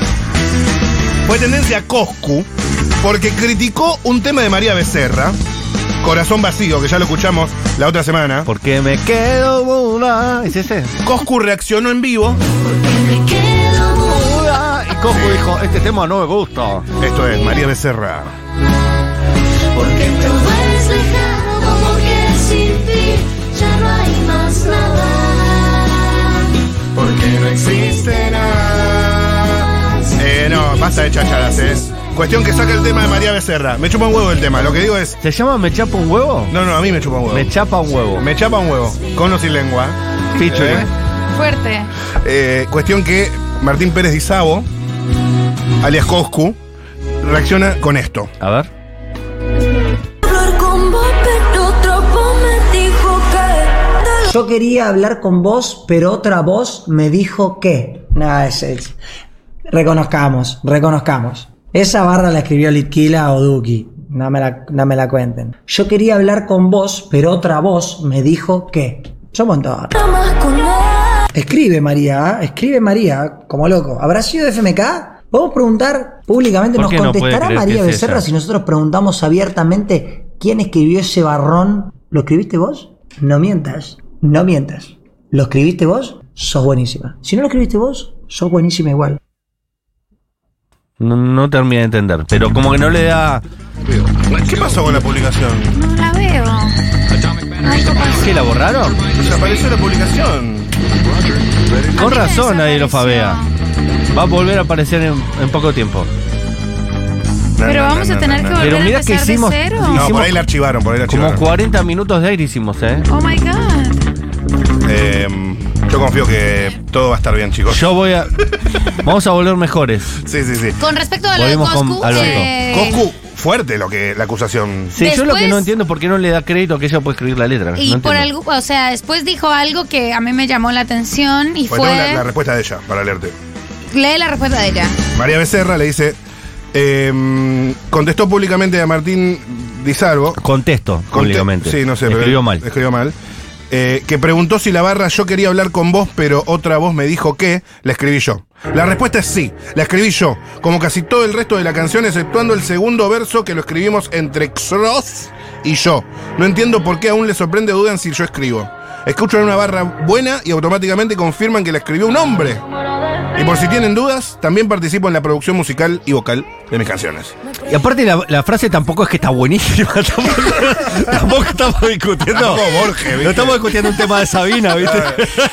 Speaker 1: fue tendencia a Coscu porque criticó un tema de María Becerra, Corazón Vacío, que ya lo escuchamos la otra semana.
Speaker 5: ¿Por qué me quedo muda? ¿Es ese?
Speaker 1: Coscu reaccionó en vivo.
Speaker 5: Y Coscu dijo, este tema no me gusta.
Speaker 1: Esto es María Becerra.
Speaker 12: Porque te vuelves lejano, porque sin ti ya no hay más nada.
Speaker 1: Porque no existe nada. Eh, no, basta de chachadas, ¿eh? Cuestión que saca el tema de María Becerra. Me chupa un huevo el tema, lo que digo es.
Speaker 5: ¿Se llama Me Chapa un Huevo?
Speaker 1: No, no, a mí me chupa un huevo.
Speaker 5: Me Chapa un Huevo.
Speaker 1: Me chapa un huevo. Con o sin lengua.
Speaker 5: Featuring.
Speaker 1: ¿Eh?
Speaker 2: Fuerte.
Speaker 1: Eh, cuestión que Martín Pérez Di Sabo, alias Coscu, reacciona con esto.
Speaker 5: A ver.
Speaker 12: Hablar con vos, pero otro vos me dijo que te
Speaker 13: Yo quería hablar con vos, pero otra voz me dijo que. Nada, es, es- Reconozcamos, reconozcamos. Esa barra la escribió Litquila o Duki. No me, la, no me la cuenten. Yo quería hablar con vos, pero otra voz me dijo que. Yo un montón.
Speaker 12: amas con él.
Speaker 13: Escribe María, ¿eh? escribe María, como loco. ¿Habrá sido de FMK? Podemos preguntar públicamente,
Speaker 5: ¿Por
Speaker 13: ¿nos
Speaker 5: qué no puede
Speaker 13: contestará
Speaker 5: creer
Speaker 13: María
Speaker 5: que es
Speaker 13: Becerra
Speaker 5: ella?
Speaker 13: si nosotros preguntamos abiertamente quién escribió ese barrón? ¿Lo escribiste vos? No mientas, no mientas. ¿Lo escribiste vos? Sos buenísima. Si no lo escribiste vos, sos buenísima igual.
Speaker 5: No, no terminé de entender. Pero como que no le da.
Speaker 1: ¿Qué pasó con la publicación?
Speaker 2: No la veo. Ay, ¿qué pasó?
Speaker 5: ¿Qué la borraron?
Speaker 1: Desapareció la publicación.
Speaker 5: Con razón nadie lo fabea. Va a volver a aparecer en, en poco tiempo.
Speaker 2: Pero vamos a tener que volver
Speaker 5: Pero
Speaker 2: a
Speaker 5: mira que
Speaker 2: empezar de
Speaker 5: hicimos.
Speaker 2: cero.
Speaker 1: No, por
Speaker 5: hicimos
Speaker 1: ahí la archivaron, por ahí la
Speaker 5: como
Speaker 1: archivaron.
Speaker 5: 40 minutos de aire hicimos, ¿eh?
Speaker 2: Oh my god.
Speaker 1: Eh, yo confío que todo va a estar bien, chicos.
Speaker 5: Yo voy a. Vamos a volver mejores.
Speaker 1: Sí, sí, sí.
Speaker 2: Con respecto a lo de
Speaker 5: Volvemos con
Speaker 2: Coscu,
Speaker 5: Alberto.
Speaker 2: eh,
Speaker 1: Coscu, fuerte lo que la acusación.
Speaker 5: Sí, yo lo que
Speaker 2: Después-
Speaker 5: no entiendo es por qué no le da crédito que ella puede escribir la letra.
Speaker 2: y
Speaker 5: No
Speaker 2: por
Speaker 5: entiendo.
Speaker 2: algo, o sea, después dijo algo que a mí me llamó la atención y
Speaker 1: Bueno,
Speaker 2: fue.
Speaker 1: tengo la, la respuesta de ella, para leerte.
Speaker 2: Lee la respuesta de ella.
Speaker 1: María Becerra le dice. eh, contestó públicamente a Martín Di Salvo.
Speaker 5: Contesto,
Speaker 1: Conte-
Speaker 5: públicamente.
Speaker 1: Sí, no sé,
Speaker 5: Escribió
Speaker 1: pero-
Speaker 5: mal.
Speaker 1: Escribió mal. Eh, que preguntó si la barra yo quería hablar con vos, pero otra voz me dijo que la escribí yo. La respuesta es sí, la escribí yo, como casi todo el resto de la canción, exceptuando el segundo verso que lo escribimos entre Xros y yo. No entiendo por qué aún les sorprende o dudan si yo escribo. Escuchan una barra buena y automáticamente confirman que la escribió un hombre. Y por si tienen dudas, también participo en la producción musical y vocal de mis canciones.
Speaker 5: Y aparte la, la frase tampoco es que está buenísima. [laughs] Tampoco, tampoco estamos discutiendo.
Speaker 1: Tampoco Borges, ¿viste?
Speaker 5: no estamos discutiendo un tema de Sabina, ¿viste?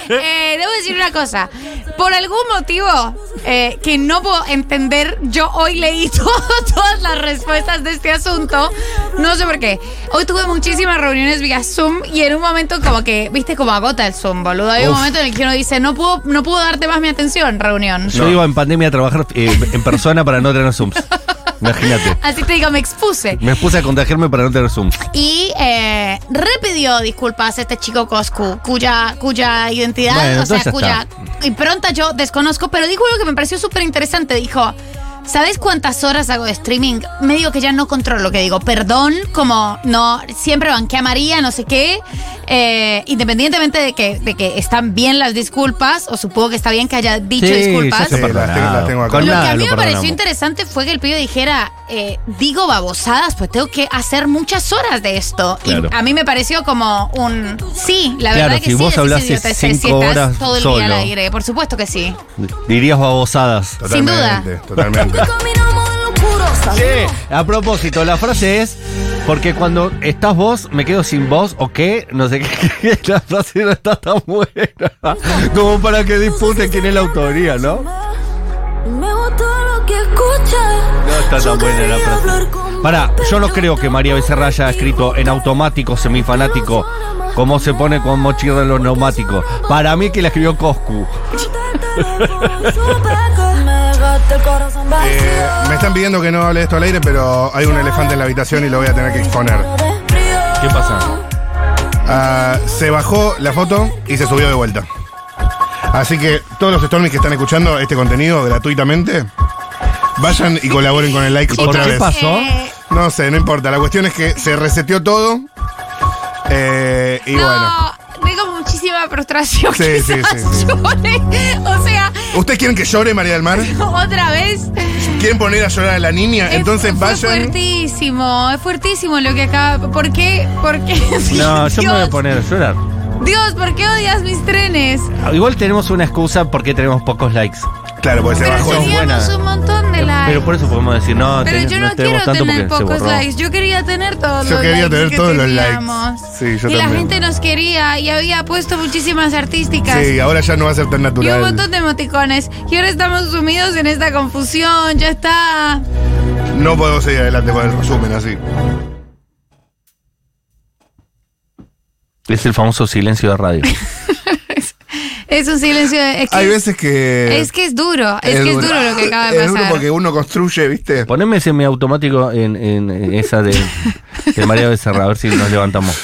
Speaker 2: Eh, debo decir una cosa. Por algún motivo eh, que no puedo entender, yo hoy leí [laughs] todo- todas las respuestas de este asunto. No sé por qué. Hoy tuve muchísimas reuniones vía Zoom y en un momento como que, viste, como agota el Zoom, boludo. Hay un
Speaker 5: Uf.
Speaker 2: momento en el que uno dice, no puedo, no puedo darte más mi atención, reunión.
Speaker 5: Yo iba en pandemia a trabajar eh, en persona para no tener Zooms. Imagínate.
Speaker 2: Así te digo, me expuse.
Speaker 5: Me puse a contagiarme para no tener Zooms.
Speaker 2: Y eh, repidió disculpas a este chico Coscu, cuya, cuya identidad,
Speaker 5: Bueno,
Speaker 2: o sea,
Speaker 5: entonces
Speaker 2: cuya y pronta yo desconozco, pero dijo algo que me pareció súper interesante. Dijo, ¿sabes cuántas horas hago de streaming? Me digo que ya no controlo lo que digo. Perdón, como no, siempre banqué a María, no sé qué. Eh, independientemente de que, de que están bien las disculpas, o supongo que está bien que haya dicho
Speaker 5: Sí,
Speaker 2: disculpas.
Speaker 5: ya se
Speaker 1: Sí, las
Speaker 5: perdonaba.
Speaker 1: tengo- las tengo acá.
Speaker 5: Con
Speaker 2: Lo que
Speaker 5: nada
Speaker 2: a
Speaker 5: lo
Speaker 2: mí me pareció
Speaker 5: perdonamos.
Speaker 2: interesante fue que el pibe dijera, eh, digo babosadas, pues tengo que hacer muchas horas de esto.
Speaker 5: Claro.
Speaker 2: Y a mí me pareció como un... Sí, la
Speaker 5: Claro,
Speaker 2: verdad que
Speaker 5: si
Speaker 2: sí.
Speaker 5: vos
Speaker 2: decís
Speaker 5: hablás
Speaker 2: idioteces,
Speaker 5: cinco
Speaker 2: si estás
Speaker 5: horas
Speaker 2: todo el día al
Speaker 5: solo.
Speaker 2: aire, por supuesto que sí.
Speaker 5: Dirías babosadas.
Speaker 2: Sin duda.
Speaker 1: Totalmente.
Speaker 12: Caminamos locurosa.
Speaker 5: Che, a propósito, la frase es porque cuando estás vos me quedo sin vos o qué, no sé qué. [laughs] La frase no está tan buena. Como para que disputen quién es la autoría, ¿no?
Speaker 12: Me gusta lo que escuchas.
Speaker 5: No está
Speaker 12: Yo
Speaker 5: tan buena la
Speaker 12: quería
Speaker 5: frase.
Speaker 12: hablar con
Speaker 5: Pará,
Speaker 12: vos,
Speaker 5: yo no
Speaker 12: pero
Speaker 5: creo que María Becerra haya escrito en automático, semifanático, cómo se pone con mochila en los neumáticos. Para mí que la escribió Coscu.
Speaker 1: Eh, me están pidiendo que no hable esto al aire, pero hay un elefante en la habitación y lo voy a tener que exponer.
Speaker 5: ¿Qué pasa?
Speaker 1: Ah, se bajó la foto y se subió de vuelta. Así que todos los Stormies que están escuchando este contenido gratuitamente, vayan y colaboren con el like
Speaker 5: ¿Y por
Speaker 1: otra
Speaker 5: qué
Speaker 1: vez.
Speaker 5: pasó?
Speaker 2: Eh,
Speaker 1: No sé, no importa. La cuestión es que se reseteó todo. eh, y
Speaker 2: no,
Speaker 1: bueno.
Speaker 2: digo muchísima frustración
Speaker 1: Sí,
Speaker 2: quizás
Speaker 1: sí, sí, sí.
Speaker 2: llore. O sea,
Speaker 1: ¿Ustedes quieren que llore María del Mar?
Speaker 5: [laughs]
Speaker 2: Otra vez.
Speaker 1: ¿Quieren poner a llorar a la niña? Entonces
Speaker 2: Fue
Speaker 1: vayan.
Speaker 2: fuertísimo, es fuertísimo lo que acaba. ¿Por qué? ¿Por qué?
Speaker 5: No, yo me voy a
Speaker 2: Dios,
Speaker 5: poner a llorar.
Speaker 2: Dios, ¿por qué odias mis trenes?
Speaker 5: Igual tenemos una excusa porque tenemos pocos likes.
Speaker 1: Claro, porque
Speaker 2: Pero teníamos un montón de likes.
Speaker 5: Pero por eso podemos decir, no,
Speaker 2: Pero
Speaker 5: ten-
Speaker 2: yo no,
Speaker 5: tenemos
Speaker 2: quiero
Speaker 5: tanto
Speaker 2: tener
Speaker 5: porque se
Speaker 2: pocos
Speaker 5: borró.
Speaker 2: likes. Yo quería tener todos
Speaker 1: Yo
Speaker 2: los
Speaker 1: quería
Speaker 2: likes
Speaker 1: tener
Speaker 2: que
Speaker 1: todos los
Speaker 2: teníamos.
Speaker 1: likes. Sí, yo
Speaker 2: y la
Speaker 1: también.
Speaker 2: gente nos quería y había puesto muchísimas artísticas.
Speaker 1: Sí, ahora ya no va a ser tan
Speaker 2: y un
Speaker 1: natural.
Speaker 2: montón de emoticones. Y ahora estamos sumidos en esta confusión. Ya está.
Speaker 1: No podemos seguir adelante con el resumen así.
Speaker 5: Es el famoso silencio
Speaker 1: [laughs]
Speaker 5: de radio.
Speaker 2: Es un silencio. de- Es que,
Speaker 1: Hay veces que.
Speaker 2: es, que es duro. Es, que es duro lo que acaba de
Speaker 1: Es duro
Speaker 2: pasar.
Speaker 1: porque uno construye, ¿viste?
Speaker 5: Poneme ese mi automático en, en- en esa de, de María Becerra, a ver si nos levantamos.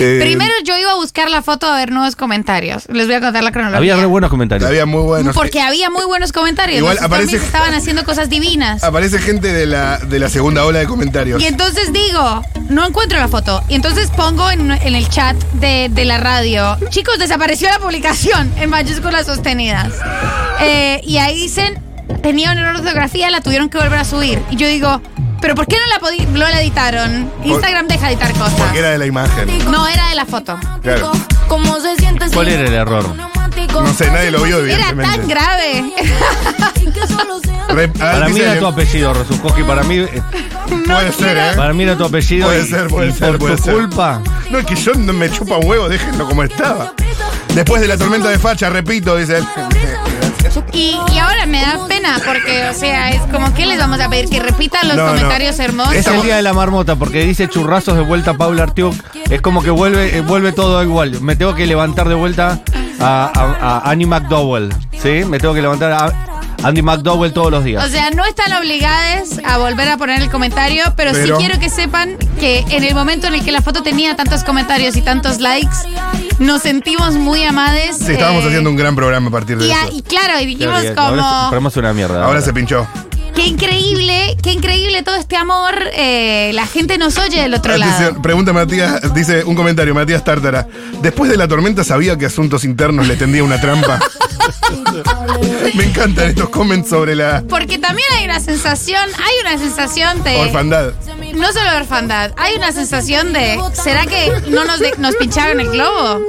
Speaker 1: Eh,
Speaker 2: Primero yo iba a buscar la foto a ver nuevos comentarios. Les voy a contar la cronología.
Speaker 5: Había re buenos comentarios.
Speaker 1: Había muy buenos.
Speaker 2: porque había muy buenos comentarios.
Speaker 1: Igual
Speaker 2: Los
Speaker 1: aparece-
Speaker 2: stormies estaban haciendo cosas divinas.
Speaker 1: Aparece gente de la, de la segunda ola de comentarios.
Speaker 2: Y entonces digo, no encuentro la foto. Y entonces pongo en, en el chat de, de la radio, chicos, desapareció la publicación en mayúsculas sostenidas. Eh, y ahí dicen, tenía una ortografía, la tuvieron que volver a subir. Y yo digo, ¿pero por qué no la, podi- no la editaron? Instagram deja de editar
Speaker 1: Porque
Speaker 2: cosas.
Speaker 1: era de la imagen.
Speaker 2: No, era de la foto.
Speaker 1: Claro.
Speaker 12: ¿Cómo se siente
Speaker 5: ¿Cuál era el error?
Speaker 1: No sé, nadie lo vio,
Speaker 2: Era tan
Speaker 1: evidentemente.
Speaker 2: grave. [laughs]
Speaker 1: Re- ah,
Speaker 5: Para mí
Speaker 1: dice-
Speaker 5: era tu apellido, Rosukoski. Para mí, eh,
Speaker 1: Puede ser, ¿eh?
Speaker 5: para mí era tu apellido.
Speaker 1: Puede
Speaker 5: y-
Speaker 1: ser, puede
Speaker 5: y
Speaker 1: ser,
Speaker 5: por
Speaker 1: puede
Speaker 5: tu
Speaker 1: ser.
Speaker 5: culpa.
Speaker 1: No, es que yo no me chupa un huevo, déjenlo como estaba. Después de la tormenta de facha, repito, dice [laughs] él.
Speaker 2: Y, y ahora me da pena porque, o sea, es como que les vamos a pedir que repitan los
Speaker 5: No, no.
Speaker 2: comentarios hermosos.
Speaker 5: Es el día de la marmota porque dice churrazos de vuelta Paula Artiuk. Es como que vuelve, eh, vuelve todo igual. Me tengo que levantar de vuelta a, a- a Annie McDowell. ¿Sí? Me tengo que levantar a Andy McDowell todos los días.
Speaker 2: O sea, no están obligadas a volver a poner el comentario, pero,
Speaker 5: Pero-
Speaker 2: sí quiero que sepan que en el momento en el que la foto tenía tantos comentarios y tantos likes, nos sentimos muy amades.
Speaker 1: Sí, estábamos
Speaker 2: eh,
Speaker 1: haciendo un gran programa a partir de
Speaker 2: y, a-
Speaker 1: eso.
Speaker 2: y claro, y dijimos
Speaker 5: Ahora
Speaker 2: como...
Speaker 5: se- pero es una mierda.
Speaker 1: Ahora se pinchó.
Speaker 2: Qué increíble, qué increíble todo este amor. eh, la gente nos oye del otro lado.
Speaker 1: Atención, pregunta Matías, dice un comentario, Matías Tártara. Después de la tormenta sabía que Asuntos Internos le tendía una trampa. Me encantan estos comments sobre la
Speaker 2: Porque también hay una sensación, hay una sensación de...
Speaker 1: orfandad.
Speaker 2: No solo orfandad, hay una sensación de... ¿Será que no nos, de- nos pincharon el globo?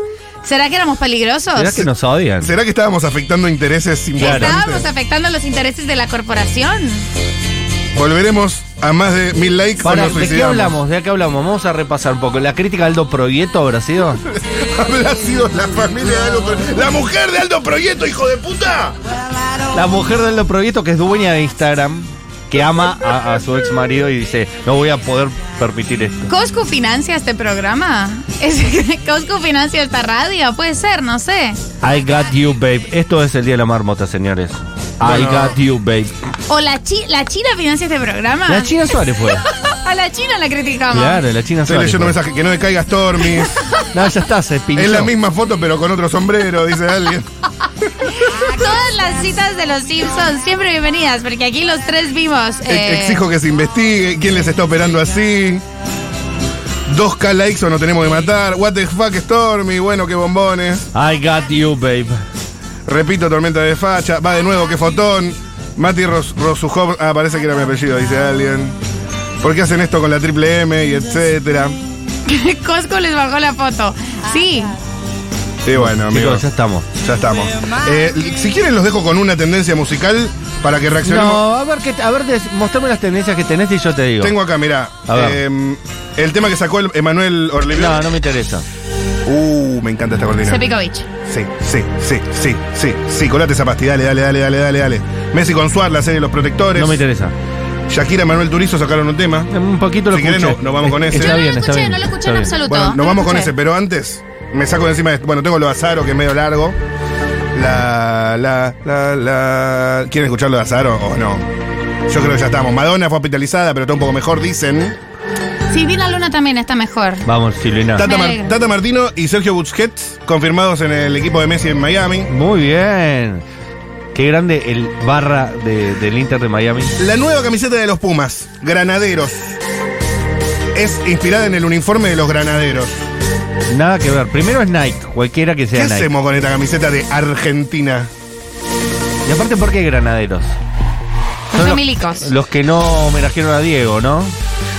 Speaker 2: ¿Será que éramos peligrosos?
Speaker 5: ¿Será que nos odian?
Speaker 1: ¿Será que estábamos afectando intereses importantes?
Speaker 2: Estábamos afectando los intereses de la corporación.
Speaker 1: Volveremos a más de mil likes
Speaker 5: Para,
Speaker 1: o nos
Speaker 5: ¿De qué
Speaker 1: suicidamos.
Speaker 5: hablamos? ¿De qué hablamos? Vamos a repasar un poco. ¿La crítica de Aldo Proyecto habrá sido?
Speaker 1: [laughs] Habrá sido la familia de Aldo Proyecto. ¡La mujer de Aldo Proyecto, hijo de puta!
Speaker 5: La mujer de Aldo Proyecto, que es dueña de Instagram, que ama a, a su ex marido y dice: No voy a poder permitir esto.
Speaker 2: ¿Coscu financia este programa? [laughs] ¿Es- ¿Coscu financia esta radio? Puede ser, no sé.
Speaker 5: I got you, babe. Esto es el día de la marmota, señores. I
Speaker 1: Bueno.
Speaker 5: got you, babe.
Speaker 2: ¿O la, chi- la China financia este programa?
Speaker 5: La China Suárez fue.
Speaker 2: [laughs] A la China la criticamos.
Speaker 5: Claro, la China
Speaker 1: Estoy
Speaker 5: Suárez.
Speaker 1: leyendo
Speaker 5: fue.
Speaker 1: mensajes que no me caigas Stormis.
Speaker 5: No, ya está, se [laughs] pinchó.
Speaker 1: Es la misma foto, pero con otro sombrero, dice alguien.
Speaker 2: Todas las citas de los Simpsons siempre bienvenidas, porque aquí los tres vimos. eh,
Speaker 1: E- Exijo que se investigue. ¿Quién les está operando así? 2K likes o no tenemos de matar. What the fuck, Stormy. Bueno, qué bombones.
Speaker 5: I got you, babe.
Speaker 1: Repito, tormenta de facha. Va de nuevo, qué fotón. Mati Ros Rosujov. Ah, parece que era mi apellido, dice alguien. ¿Por qué hacen esto con la triple M y etcétera?
Speaker 2: [laughs] Coscu les bajó la foto. Sí.
Speaker 1: Y bueno, amigos.
Speaker 5: Chicos, ya estamos.
Speaker 1: Ya estamos. Eh, si quieren los dejo con una tendencia musical para que reaccionemos.
Speaker 5: No, a ver, que, a ver des- mostrame las tendencias que tenés y yo te digo.
Speaker 1: Tengo acá, mirá.
Speaker 5: A ver.
Speaker 1: em, el tema que sacó el Emanuel Orlevión.
Speaker 5: No, no me interesa.
Speaker 1: Uh, me encanta esta coordinación.
Speaker 2: Sepikovic.
Speaker 1: Sí, sí, sí, sí, sí, sí. Colate Zapasti, dale, dale, dale, dale, dale, dale. Messi con Suar, la serie de los protectores.
Speaker 5: No me interesa.
Speaker 1: Shakira y Manuel Turizo sacaron un tema.
Speaker 5: Un poquito lo
Speaker 1: Si querés,
Speaker 5: escuché.
Speaker 1: no- nos vamos con ese.
Speaker 5: Está
Speaker 1: Yo no lo
Speaker 5: bien, está
Speaker 2: escuché,
Speaker 5: bien,
Speaker 2: no lo escuché
Speaker 5: está
Speaker 2: en
Speaker 5: bien.
Speaker 2: absoluto.
Speaker 1: Bueno,
Speaker 2: no
Speaker 1: nos vamos con
Speaker 2: escuché.
Speaker 1: ese, pero antes me saco de encima de esto. Bueno, tengo lo de Azaro, que es medio largo. La, la, la, la. ¿Quieren escuchar lo de Azaro o no? Yo creo que ya estamos. Madonna fue hospitalizada, pero está un poco mejor, dicen.
Speaker 2: Sí, Vina Luna también está mejor.
Speaker 5: Vamos, Silvina.
Speaker 1: Tata, Mar-
Speaker 2: alegro.
Speaker 1: Tata Martino y Sergio Busquets confirmados en el equipo de Messi en Miami.
Speaker 5: Muy bien. Qué grande el barra de- del Inter de Miami.
Speaker 1: La nueva camiseta de los Pumas, Granaderos, es inspirada en el uniforme de los Granaderos.
Speaker 5: Nada que ver. Primero es Nike, cualquiera que
Speaker 1: ¿Qué
Speaker 5: sea Nike.
Speaker 1: hacemos con esta camiseta de Argentina?
Speaker 5: Y aparte, ¿por qué granaderos?
Speaker 2: Son
Speaker 5: los-
Speaker 2: milicos.
Speaker 5: Los que no homenajearon a Diego, ¿no?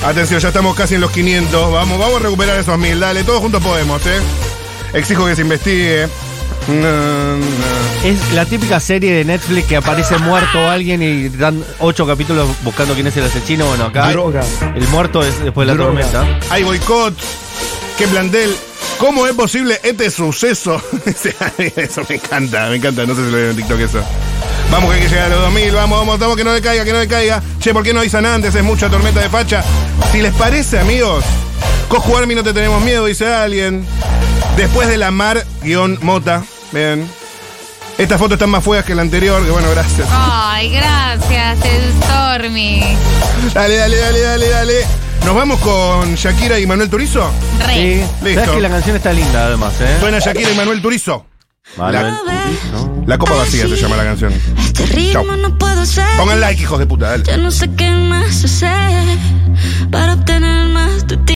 Speaker 1: Atención, ya estamos casi en los 500. Vamos, vamos a recuperar esos mil. Dale, todos juntos podemos, ¿eh? Exijo que se investigue. No, no.
Speaker 5: Es la típica serie de Netflix que aparece muerto alguien y dan ocho capítulos buscando quién es el asesino. Bueno, acá
Speaker 1: Droga.
Speaker 5: el muerto es después de la
Speaker 1: Droga.
Speaker 5: tormenta.
Speaker 1: Hay boicots. ¿Qué plantel? ¿Cómo es posible este suceso? [laughs] eso me encanta, me encanta. No sé si lo vieron en TikTok eso. Vamos que hay que llegar a los 2000, vamos, vamos, vamos, que no le caiga, que no le caiga. Che, ¿por qué no avisan antes? Es mucha tormenta de facha. Si les parece, amigos, Coscu Army no te tenemos miedo, dice alguien. Después de la mar, guión mota. Ven. Estas fotos están más feas que la anterior, que bueno, gracias.
Speaker 2: Ah. Ay, gracias, el Stormy.
Speaker 1: Dale, dale, dale, dale, dale. ¿Nos vamos con Shakira y Manuel Turizo?
Speaker 5: Sí.
Speaker 2: Re.
Speaker 5: Sabes
Speaker 1: Listo.
Speaker 5: que la canción está linda además, ¿eh?
Speaker 1: Suena Shakira y Manuel Turizo.
Speaker 5: Manuel
Speaker 1: La copa vacía se llama la canción.
Speaker 12: Este ritmo
Speaker 1: Chau.
Speaker 12: no puedo ser.
Speaker 1: Pongan like, hijos de puta, dale.
Speaker 12: Yo no sé qué más hacer para obtener más de ti.